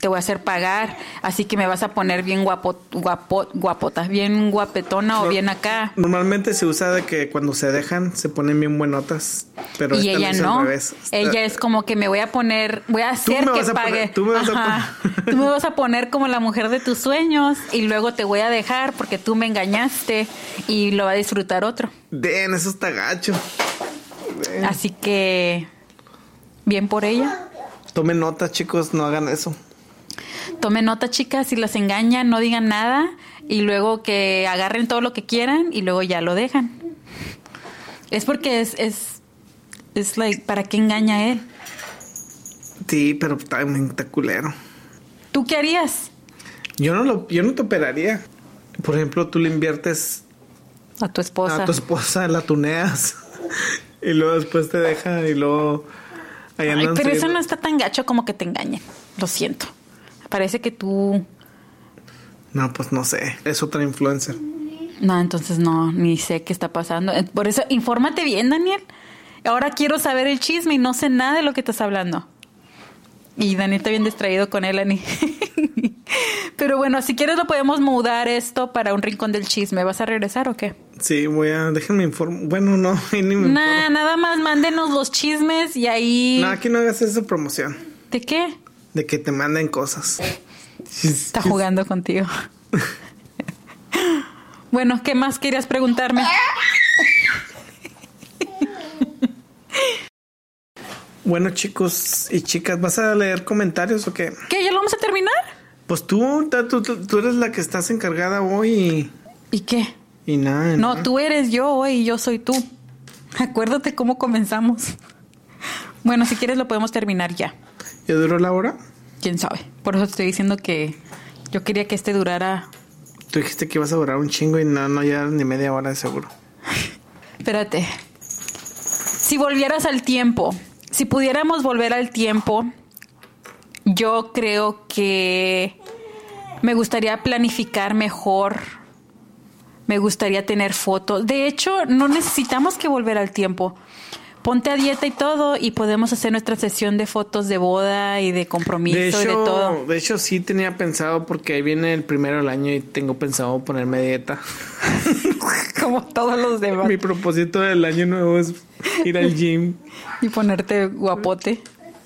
te voy a hacer pagar, así que me vas a poner bien guapo, guapo, guapota, bien guapetona o bien acá.
Normalmente se usa de que cuando se dejan se ponen bien buenotas, pero
y
esta lo
ella
hizo al
no.
revés. Está-
Ella es como que me voy a poner, voy a hacer
me
que
vas a
pague.
poner- tú me vas a
Ajá.
poner-
Tú me vas a poner como la mujer de tus sueños y luego te voy a dejar porque tú me engañaste y lo va a disfrutar otro.
Den, eso está gacho.
Así que, bien por ella.
Tomen nota, chicos, no hagan eso.
Tomen nota, chicas, si las engañan, no digan nada y luego que agarren todo lo que quieran y luego ya lo dejan. Es porque es, es, es like, ¿para qué engaña a él?
Sí, pero también está culero.
¿Tú qué harías?
Yo no lo, yo no te operaría. Por ejemplo, tú le inviertes
A tu esposa.
a tu esposa, la tuneas y luego después te deja y luego ahí
Ay,
andan
pero eso
saliendo.
no está tan gacho como que te engañen. Lo siento. Parece que tú
No, pues no sé. Es otra influencer.
No, entonces no, ni sé qué está pasando. Eh, Por eso, infórmate bien, Daniel. Ahora quiero saber el chisme y no sé nada de lo que estás hablando. Y Daniel está bien distraído con él, Ani. Pero bueno, si quieres lo podemos mudar esto para un rincón del chisme. ¿Vas a regresar o qué?
Sí, voy a. Déjenme informar. Bueno, no, ahí ni me
Nah, nada más mándenos los chismes y ahí...
No, aquí no hagas esa promoción
¿De qué?
de que te manden cosas.
Está jugando contigo. bueno, ¿qué más querías preguntarme?
Bueno, chicos y chicas, ¿vas a leer comentarios o qué?
¿Qué? ¿Ya lo vamos a terminar?
Pues tú, ta- tú, tú, tú eres la que estás encargada hoy
¿Y qué?
y, y nada.
No,
nada.
tú eres yo hoy y yo soy tú. Acuérdate cómo comenzamos. Bueno, si quieres lo podemos terminar ya.
¿Ya duró la hora?
¿Quién sabe? Por eso te estoy diciendo que yo quería que este durara...
Tú dijiste que ibas a durar un chingo y no, no, ya ni media hora de seguro.
Espérate. Si volvieras al tiempo, si pudiéramos volver al tiempo, yo creo que me gustaría planificar mejor. Me gustaría tener fotos. De hecho, no necesitamos que volver al tiempo. Ponte a dieta y todo y podemos hacer nuestra sesión de fotos de boda y de compromiso
De
y de todo.
hecho, de hecho, sí tenía pensado porque ahí viene el primero del año y tengo pensado ponerme dieta.
Como todos los demás.
Mi propósito del año nuevo es ir al gym.
Y ponerte guapote.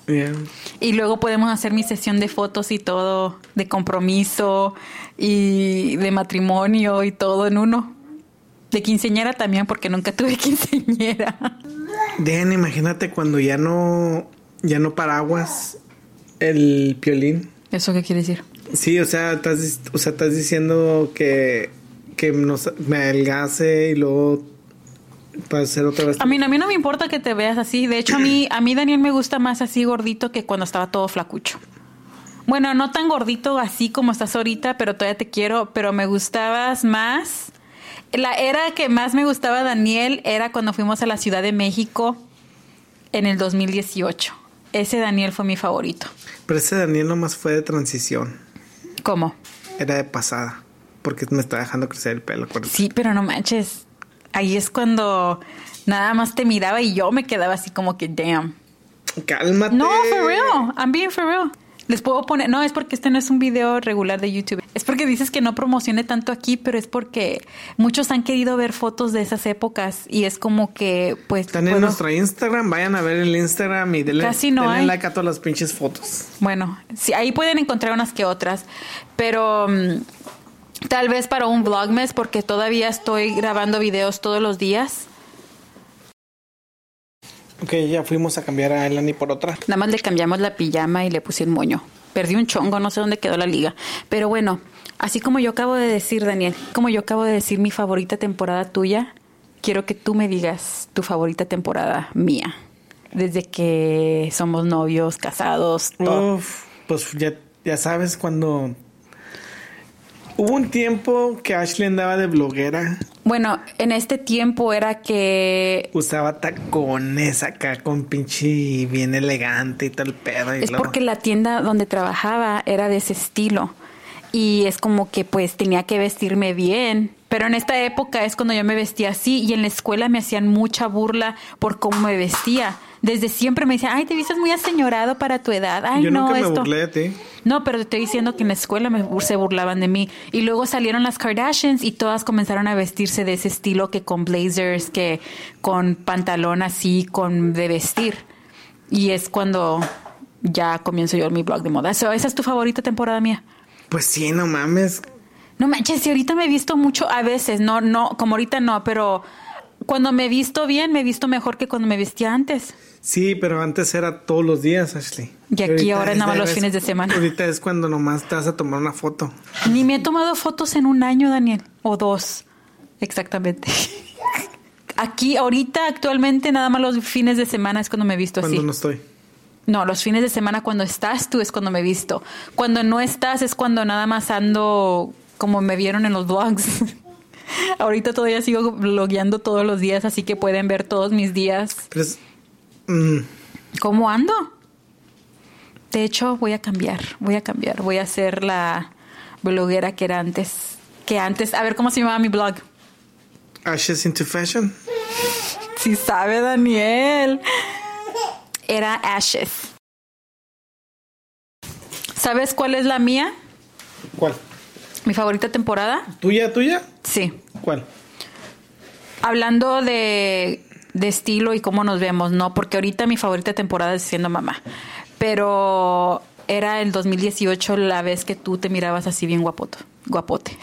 Ya.
Y luego podemos hacer mi sesión de fotos y todo, de compromiso y de matrimonio y todo en uno. De quinceñera también, porque nunca tuve quinceñera.
Dejan, imagínate cuando ya no, ya no paraguas el piolín.
¿Eso qué quiere decir?
Sí, o sea, estás, dis- o sea, estás diciendo que, que nos- me adelgace y luego para hacer otra vez.
A mí, a mí no me importa que te veas así. De hecho, a mí, a mí Daniel me gusta más así gordito que cuando estaba todo flacucho. Bueno, no tan gordito así como estás ahorita, pero todavía te quiero, pero me gustabas más. La era que más me gustaba Daniel era cuando fuimos a la Ciudad de México en el 2018. Ese Daniel fue mi favorito.
Pero ese Daniel nomás fue de transición,
¿Cómo?
era de pasada, porque me está dejando crecer el pelo. acuérdate.
Sí, pero no manches. Ahí es cuando nada más te miraba y yo me quedaba así como que, damn.
Cálmate.
No, for real. I'm being for real. Les puedo poner. No, es porque este no es un video regular de YouTube. Es porque dices que no promocione tanto aquí, pero es porque muchos han querido ver fotos de esas épocas y es como que, pues.
Están en
puedo-
nuestro Instagram, vayan a ver el Instagram y denle,
Casi no
denle
hay.
like a todas las pinches fotos.
Bueno, sí, ahí pueden encontrar unas que otras, pero mm, tal vez para un vlogmas, porque todavía estoy grabando videos todos los días.
Ok, ya fuimos a cambiar a Elani por otra.
Nada más le cambiamos la pijama y le puse el moño. Perdí un chongo, no sé dónde quedó la liga. Pero bueno, así como yo acabo de decir, Daniel, como yo acabo de decir mi favorita temporada tuya, quiero que tú me digas tu favorita temporada mía. Desde que somos novios, casados, todo.
Uf, pues ya, ya sabes cuando... Hubo un tiempo que Ashley andaba de bloguera,
Bueno, en este tiempo era que...
usaba tacones acá con pinche bien elegante y tal pedo. Y
Es
luego-
porque la tienda donde trabajaba era de ese estilo. Y es como que pues tenía que vestirme bien. Pero en esta época es cuando yo me vestía así y en la escuela me hacían mucha burla por cómo me vestía. Desde siempre me decían, ay, te vistes muy aseñorado para tu edad. Ay,
Yo
no,
nunca
esto.
me burlé de ti.
No, pero te estoy diciendo que en la escuela me, se burlaban de mí. Y luego salieron las Kardashians y todas comenzaron a vestirse de ese estilo que con blazers, que con pantalón así, con de vestir. Y es cuando ya comienzo yo mi blog de moda. So, esa es tu favorita temporada mía.
Pues sí, no mames.
No manches, si ahorita me he visto mucho a veces, no, no, como ahorita no, pero cuando me he visto bien, me he visto mejor que cuando me vestía antes.
Sí, pero antes era todos los días, Ashley.
Y aquí
ahorita
ahora
es
nada más
de
los
vez-
fines de semana.
Ahorita es cuando nomás te vas a tomar una foto.
Ni me he tomado fotos en un año, Daniel, o dos, exactamente. Aquí, ahorita, actualmente, nada más los fines de semana es cuando me he visto
Cuando
así.
no estoy.
No, los fines de semana cuando estás tú es cuando me he visto. Cuando no estás es cuando nada más ando como me vieron en los vlogs. ahorita todavía sigo blogueando todos los días, así que pueden ver todos mis días
Pero es- mm,
cómo ando. De hecho, voy a cambiar, voy a cambiar, voy a hacer la bloguera que era antes. Que antes, a ver cómo se llamaba mi blog.
Ashes into Fashion.
Si sabe Daniel. Era Ashes. ¿Sabes cuál es la mía?
¿Cuál?
Mi favorita temporada.
¿Tuya, tuya?
Sí.
¿Cuál?
Hablando de, de estilo y cómo nos vemos, ¿no? Porque ahorita mi favorita temporada es siendo mamá. Pero era el 2018 la vez que tú te mirabas así bien guapoto, guapote.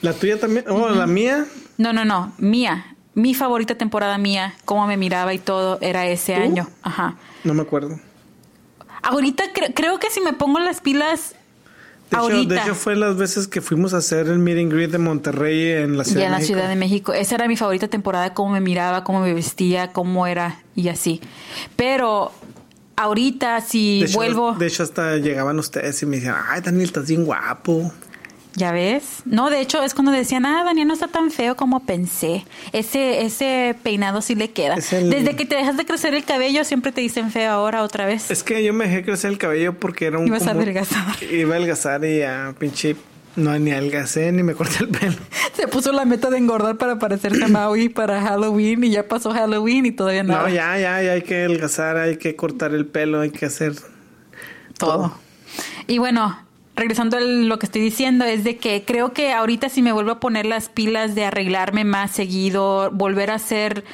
¿La tuya también? Oh, la mía.
No, no, no. Mía. Mi favorita temporada mía, cómo me miraba y todo, era ese
¿Tú?
año. Ajá.
No me acuerdo.
Ahorita cre- creo que si me pongo las pilas
De hecho,
ahorita
de hecho, fue las veces que fuimos a hacer el meet and greet de Monterrey en la Ciudad
ya
de
en la
México.
Ciudad de México, esa era mi favorita temporada, cómo me miraba, cómo me vestía, cómo era y así. Pero ahorita si
De hecho,
vuelvo,
De hecho, hasta llegaban ustedes y me decían, ay, Daniel, estás bien guapo.
ya ves. No, de hecho es cuando decían, "Ah, Daniel no está tan feo como pensé. Ese ese peinado sí le queda."
Es el-
Desde que te dejas de crecer el cabello siempre te dicen feo ahora otra vez.
Es que yo me dejé crecer el cabello porque era un...
Ibas a
como-
adelgazar.
Iba a adelgazar y ya, pinche... No, ni adelgacé, ni me corté el pelo.
Se puso la meta de engordar para parecerse a Maui para Halloween y ya pasó Halloween y todavía
No,
nada.
ya, ya, ya hay que adelgazar, hay que cortar el pelo, hay que hacer...
todo.
Todo.
Y bueno, regresando a lo que estoy diciendo, es de que creo que ahorita si me vuelvo a poner las pilas de arreglarme más seguido, volver a hacer,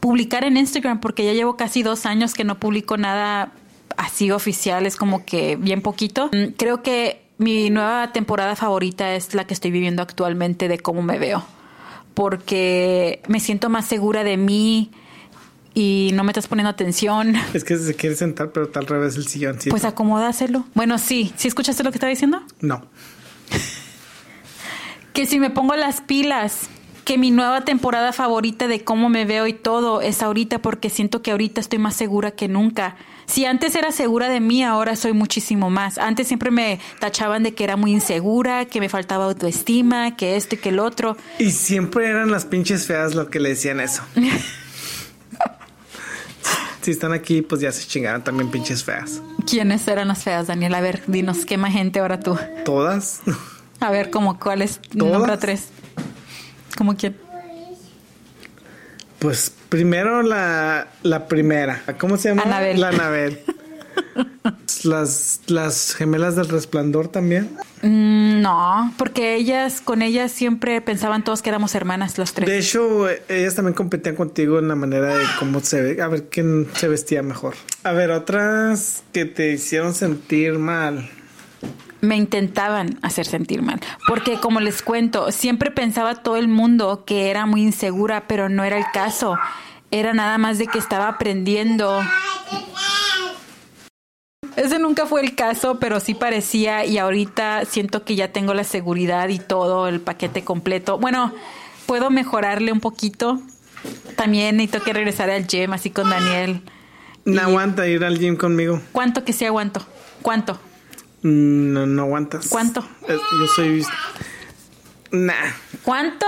publicar en Instagram, porque ya llevo casi dos años que no publico nada así oficial, es como que bien poquito. Mm, Creo que mi nueva temporada favorita es la que estoy viviendo actualmente de cómo me veo, porque me siento más segura de mí y no me estás poniendo atención.
Es que se quiere sentar, pero tal revés el sillón. sí.
Pues acomódaselo. Bueno, sí, ¿sí escuchaste lo que estaba diciendo?
no.
Que si me pongo las pilas, que mi nueva temporada favorita de cómo me veo y todo es ahorita porque siento que ahorita estoy más segura que nunca. Si antes era segura de mí, ahora soy muchísimo más. Antes siempre me tachaban de que era muy insegura, que me faltaba autoestima, que esto y que el otro.
Y siempre eran las pinches feas las que le decían eso. si están aquí, pues ya se chingaron también pinches feas.
¿Quiénes eran las feas, Daniel? A ver, dinos, quema gente ahora tú.
Todas.
A ver, como cuáles,
¿Todas?
nombra tres. ¿Como quién?
Pues primero la, la primera. ¿Cómo se llama?
Anabel.
La Anabel. las, las gemelas del resplandor también.
Mm, No, porque ellas, con ellas siempre pensaban todos que éramos hermanas las tres.
De hecho, eh, ellas también competían contigo en la manera de cómo se ve. A ver quién se vestía mejor. A ver, otras que te hicieron sentir mal.
Me intentaban hacer sentir mal, porque como les cuento, siempre pensaba todo el mundo que era muy insegura, pero no era el caso. Era nada más de que estaba aprendiendo. Ese nunca fue el caso, pero sí parecía y ahorita siento que ya tengo la seguridad y todo el paquete completo. Bueno, puedo mejorarle un poquito. También necesito que regresar al gym, así con Daniel.
No aguanta ir al gym conmigo.
¿Cuánto que sí aguanto? ¿Cuánto?
Mm, No, no aguantas.
¿Cuánto?
Es- yo soy. Nah,
¿Cuánto?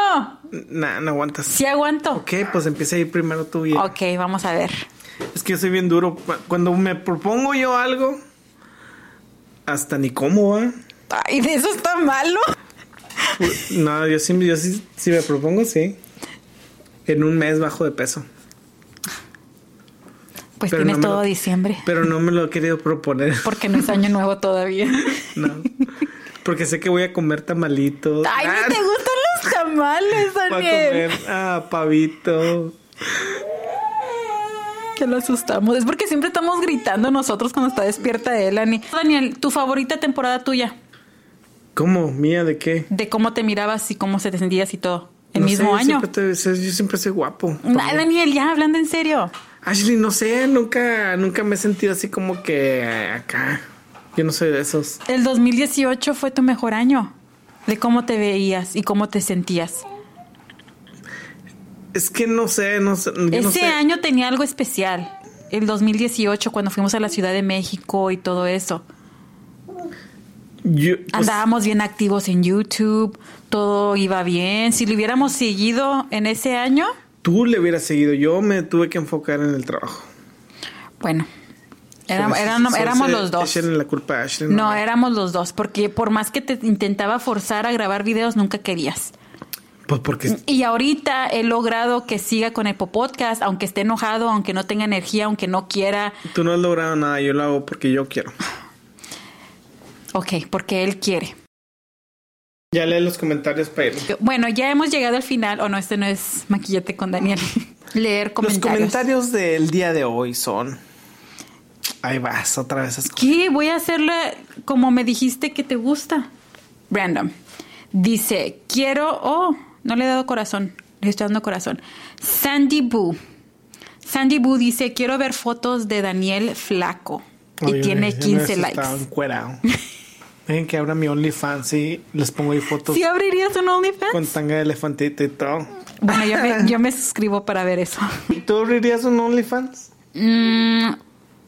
nah, no aguantas.
Sí aguanto.
Ok, pues empieza a ir primero tú. y-
Ok, vamos a ver.
Es que yo soy bien duro. Cuando me propongo yo algo, hasta ni cómo va.
Ay, ¿de eso está malo?
No, yo sí, yo sí, si me propongo, sí. En un mes bajo de peso.
Pues
Pero
tienes
no me
todo
lo-
diciembre.
Pero no me lo he querido proponer.
Porque no es año nuevo todavía.
No. Porque sé que voy a comer tamalitos.
Ay,
Ah,
no te gustan los tamales,
Voy a comer
Daniel.
ah, pavito.
Que lo asustamos. Es porque siempre estamos gritando nosotros cuando está despierta él, Ani. Daniel, tu favorita temporada tuya,
¿Cómo? ¿Mía de qué?
de cómo te mirabas y cómo se te sentías y todo. El
No sé,
mismo
yo
año.
siempre te- se- yo siempre soy guapo.
Ay, Daniel, ya hablando en serio.
Ashley, no sé, nunca, nunca me he sentido así como que acá. Yo no soy de esos.
El 2018 fue tu mejor año de cómo te veías y cómo te sentías.
Es que no sé, no sé. yo no
Ese
sé.
año tenía algo especial. El 2018, cuando fuimos a la Ciudad de México y todo eso.
Pues Yo, pues,
Andábamos bien activos en YouTube, todo iba bien. Si lo hubiéramos seguido en ese año,
tú le hubieras seguido. Yo me tuve que enfocar en el trabajo.
bueno, Era- eran- éramos los dos.
Echenle la culpa a Ashley.
No, éramos los dos, porque por más que te intentaba forzar a grabar videos, nunca querías.
Pues porque
Y ahorita he logrado que siga con el podcast, aunque esté enojado, aunque no tenga energía, aunque no quiera.
tú no has logrado nada, yo lo hago porque yo quiero.
Ok, porque él quiere.
Ya lee los comentarios para irnos.
Bueno, ya hemos llegado al final. O no, este no es maquillate con Daniel. Leer
Los
comentarios.
comentarios del día de hoy son. Ahí vas, otra vez. a escu-
¿Qué? Voy a hacerle como me dijiste que te gusta. Random. Dice, quiero... Oh, no le he dado corazón. Le estoy dando corazón. Sandy Boo. Sandy Boo dice, quiero ver fotos de Daniel flaco. Y
Oye,
tiene
yo no
15
hubiese
likes.
estado encuerado. Ven que abra mi OnlyFans y les pongo ahí fotos
¿Sí abrirías un
con
OnlyFans?
tanga de elefantito y todo.
Bueno, yo me, yo me suscribo para ver eso.
¿Tú abrirías un OnlyFans?
Mm,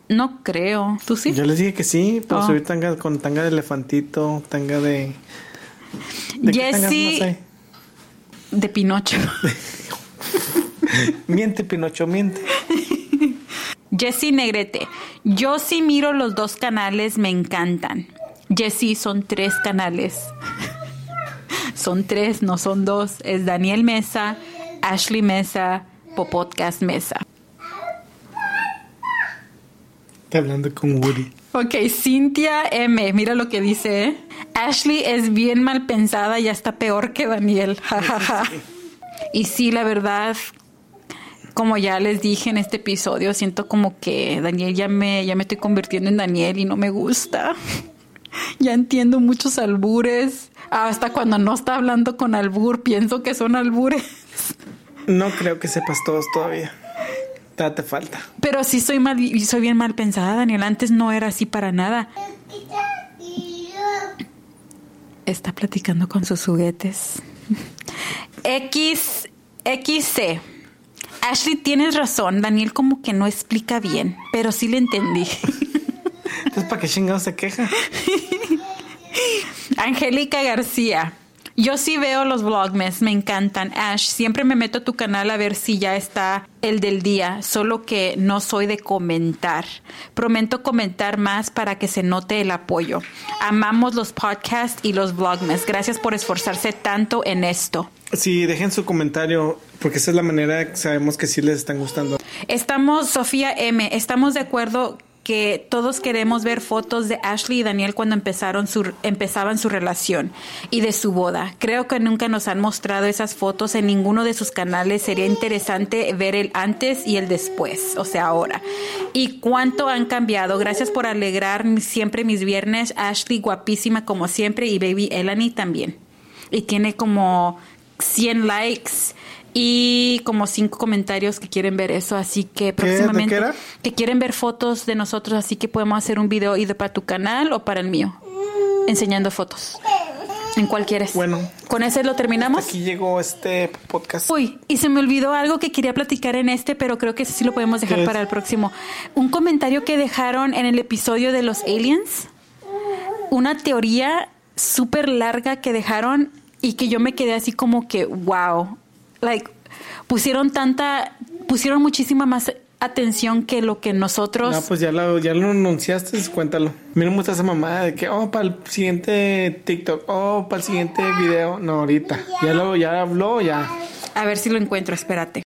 no creo. ¿Tú sí?
Yo les dije que sí, pero
Oh.
subir tanga con tanga de elefantito, tanga de. ¿de qué tangas?
Jesse-
No sé.
De Pinocho.
Miente, Pinocho, miente.
Jessy Negrete, yo sí miro los dos canales, me encantan. Jessy, son tres canales. son tres, no son dos. Es Daniel Mesa, Ashley Mesa, Popodcast Mesa.
Está hablando con Woody.
Ok, Cintia M, mira lo que dice. ¿eh? Ashley es bien mal pensada y hasta peor que Daniel. Ja, ja, ja. y sí, la verdad, como ya les dije en este episodio, siento como que Daniel ya me, ya me estoy convirtiendo en Daniel y no me gusta. ya entiendo muchos albures. Hasta cuando no está hablando con albur, pienso que son albures.
No creo que sepas todos todavía. Todavía Te falta.
Pero sí soy mal, y soy bien mal pensada, Daniel. Antes no era así para nada. Está platicando con sus juguetes. X, XC. Ashley, tienes razón. Daniel como que no explica bien, pero sí le entendí.
Entonces, ¿para qué chingados se queja?
Angélica García. Yo sí veo los vlogmas, me encantan. Ash, siempre me meto a tu canal a ver si ya está el del día, solo que no soy de comentar. Prometo comentar más para que se note el apoyo. Amamos los podcasts y los vlogmas. Gracias por esforzarse tanto en esto.
Sí, dejen su comentario, porque esa es la manera que sabemos que sí les están gustando.
Estamos, Sofía M, estamos de acuerdo que todos queremos ver fotos de Ashley y Daniel cuando empezaron su, empezaban su relación y de su boda. Creo que nunca nos han mostrado esas fotos en ninguno de sus canales. Sería interesante ver el antes y el después, o sea, ahora. Y cuánto han cambiado. Gracias por alegrar mi- siempre mis viernes. Ashley, guapísima como siempre, y baby Elanie también. Y tiene como 100 likes y como cinco comentarios que quieren ver eso, así que
¿Qué? ¿De qué
próximamente
era?
que quieren ver fotos de nosotros, así que podemos hacer un video either para tu canal o para el mío, enseñando fotos. ¿En cuál quieres?
Bueno.
con ese lo terminamos.
Pues, Aquí llegó este podcast.
Uy, y se me olvidó algo que quería platicar en este, pero creo que ese sí lo podemos dejar
¿Qué es?
para el próximo. Un comentario que dejaron en el episodio de los aliens, una teoría súper larga que dejaron y que yo me quedé así como que, wow, like, pusieron tanta, pusieron muchísima más atención que lo que nosotros...
No, pues ya lo, ya lo anunciaste, cuéntalo. Mira mucha esa mamada de que, oh, para el siguiente TikTok, oh, para el siguiente video. No, ahorita. Ya lo, ya habló, ya.
A ver si lo encuentro, espérate.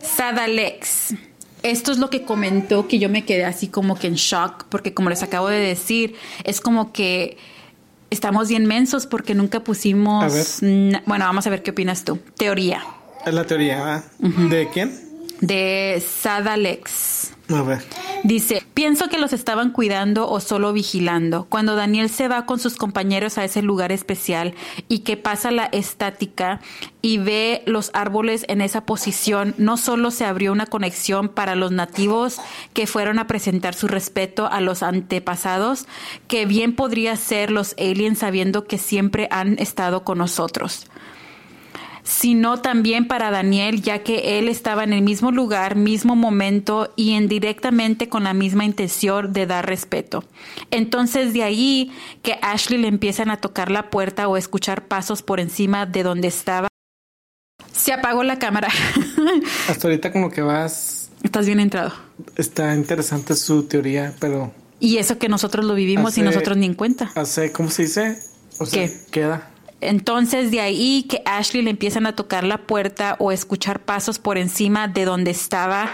Sadalex. Esto es lo que comentó que yo me quedé así como que en shock, porque como les acabo de decir, es como que estamos bien mensos porque nunca
A ver.
pusimos... na- Bueno, vamos a ver qué opinas tú. Teoría
Es la teoría, ¿verdad? ¿De quién?
de Sadalex.
A ver.
Dice, pienso que los estaban cuidando o solo vigilando. Cuando Daniel se va con sus compañeros a ese lugar especial y que pasa la estática y ve los árboles en esa posición, no solo se abrió una conexión para los nativos que fueron a presentar su respeto a los antepasados, que bien podría ser los aliens sabiendo que siempre han estado con nosotros sino también para Daniel, ya que él estaba en el mismo lugar, mismo momento y indirectamente con la misma intención de dar respeto. Entonces de ahí que Ashley le empiezan a tocar la puerta o escuchar pasos por encima de donde estaba. Se apagó la cámara.
Hasta ahorita como que vas
Estás bien entrado.
Está interesante su teoría, pero
Y eso que nosotros lo vivimos y
Hace-
nosotros ni en cuenta.
hace, ¿cómo se dice? O sea,
¿Qué?
queda.
Entonces de ahí que Ashley le empiezan a tocar la puerta o escuchar pasos por encima de donde estaba,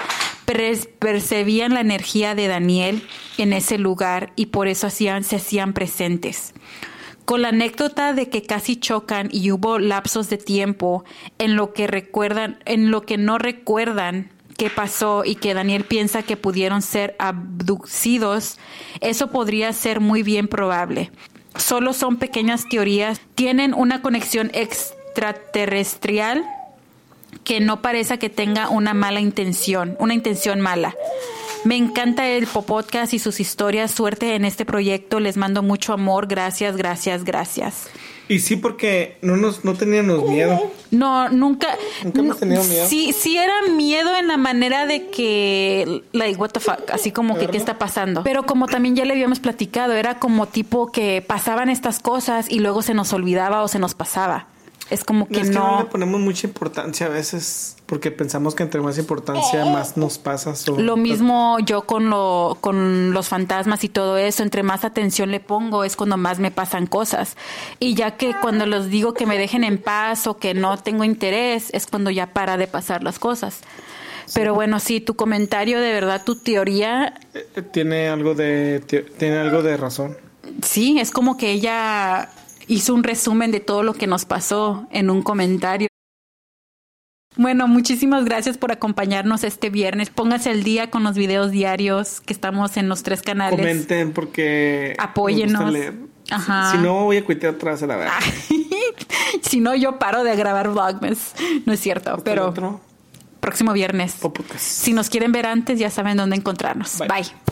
pres- percibían la energía de Daniel en ese lugar y por eso hacían, se hacían presentes. Con la anécdota de que casi chocan y hubo lapsos de tiempo en lo que recuerdan, en lo que no recuerdan qué pasó y que Daniel piensa que pudieron ser abducidos, eso podría ser muy bien probable. Solo son pequeñas teorías, tienen una conexión extraterrestrial que no parece que tenga una mala intención, una intención mala. Me encanta el po- podcast y sus historias. Suerte en este proyecto. Les mando mucho amor. Gracias, gracias, gracias.
Y sí, porque Eh, no nos, no teníamos miedo.
No, nunca.
Nunca hemos
no,
tenido miedo.
Sí, sí era miedo en la manera de que, like, what the fuck, así como que qué está pasando. Pero como también ya le habíamos platicado, era como tipo que pasaban estas cosas y luego se nos olvidaba o se nos pasaba. Es como
No,
que
es que no le
no.
ponemos mucha importancia a veces, porque pensamos que entre más importancia, más nos pasa. so-
Lo mismo yo con lo con los fantasmas y todo eso, entre más atención le pongo es cuando más me pasan cosas. Y ya que cuando los digo que me dejen en paz o que no tengo interés, es cuando ya para de pasar las cosas. Pero bueno, sí, tu comentario, de verdad, tu teoría,
Eh, eh, Tiene algo de, te- tiene algo de razón.
sí, es como que ella hizo un resumen de todo lo que nos pasó en un comentario. Bueno, muchísimas gracias por acompañarnos este viernes. Póngase al día con los videos diarios que estamos en los tres canales.
Comenten porque nos
Apóyenos.
gusta leer. Si-
Ajá. Ah,
Si, no, voy a cuitear atrás a la verdad.
si no, yo paro de grabar Vlogmas. No es cierto, pero
otro
próximo viernes.
o podcast.
Si nos quieren ver antes, ya saben dónde encontrarnos.
Bye.
Bye.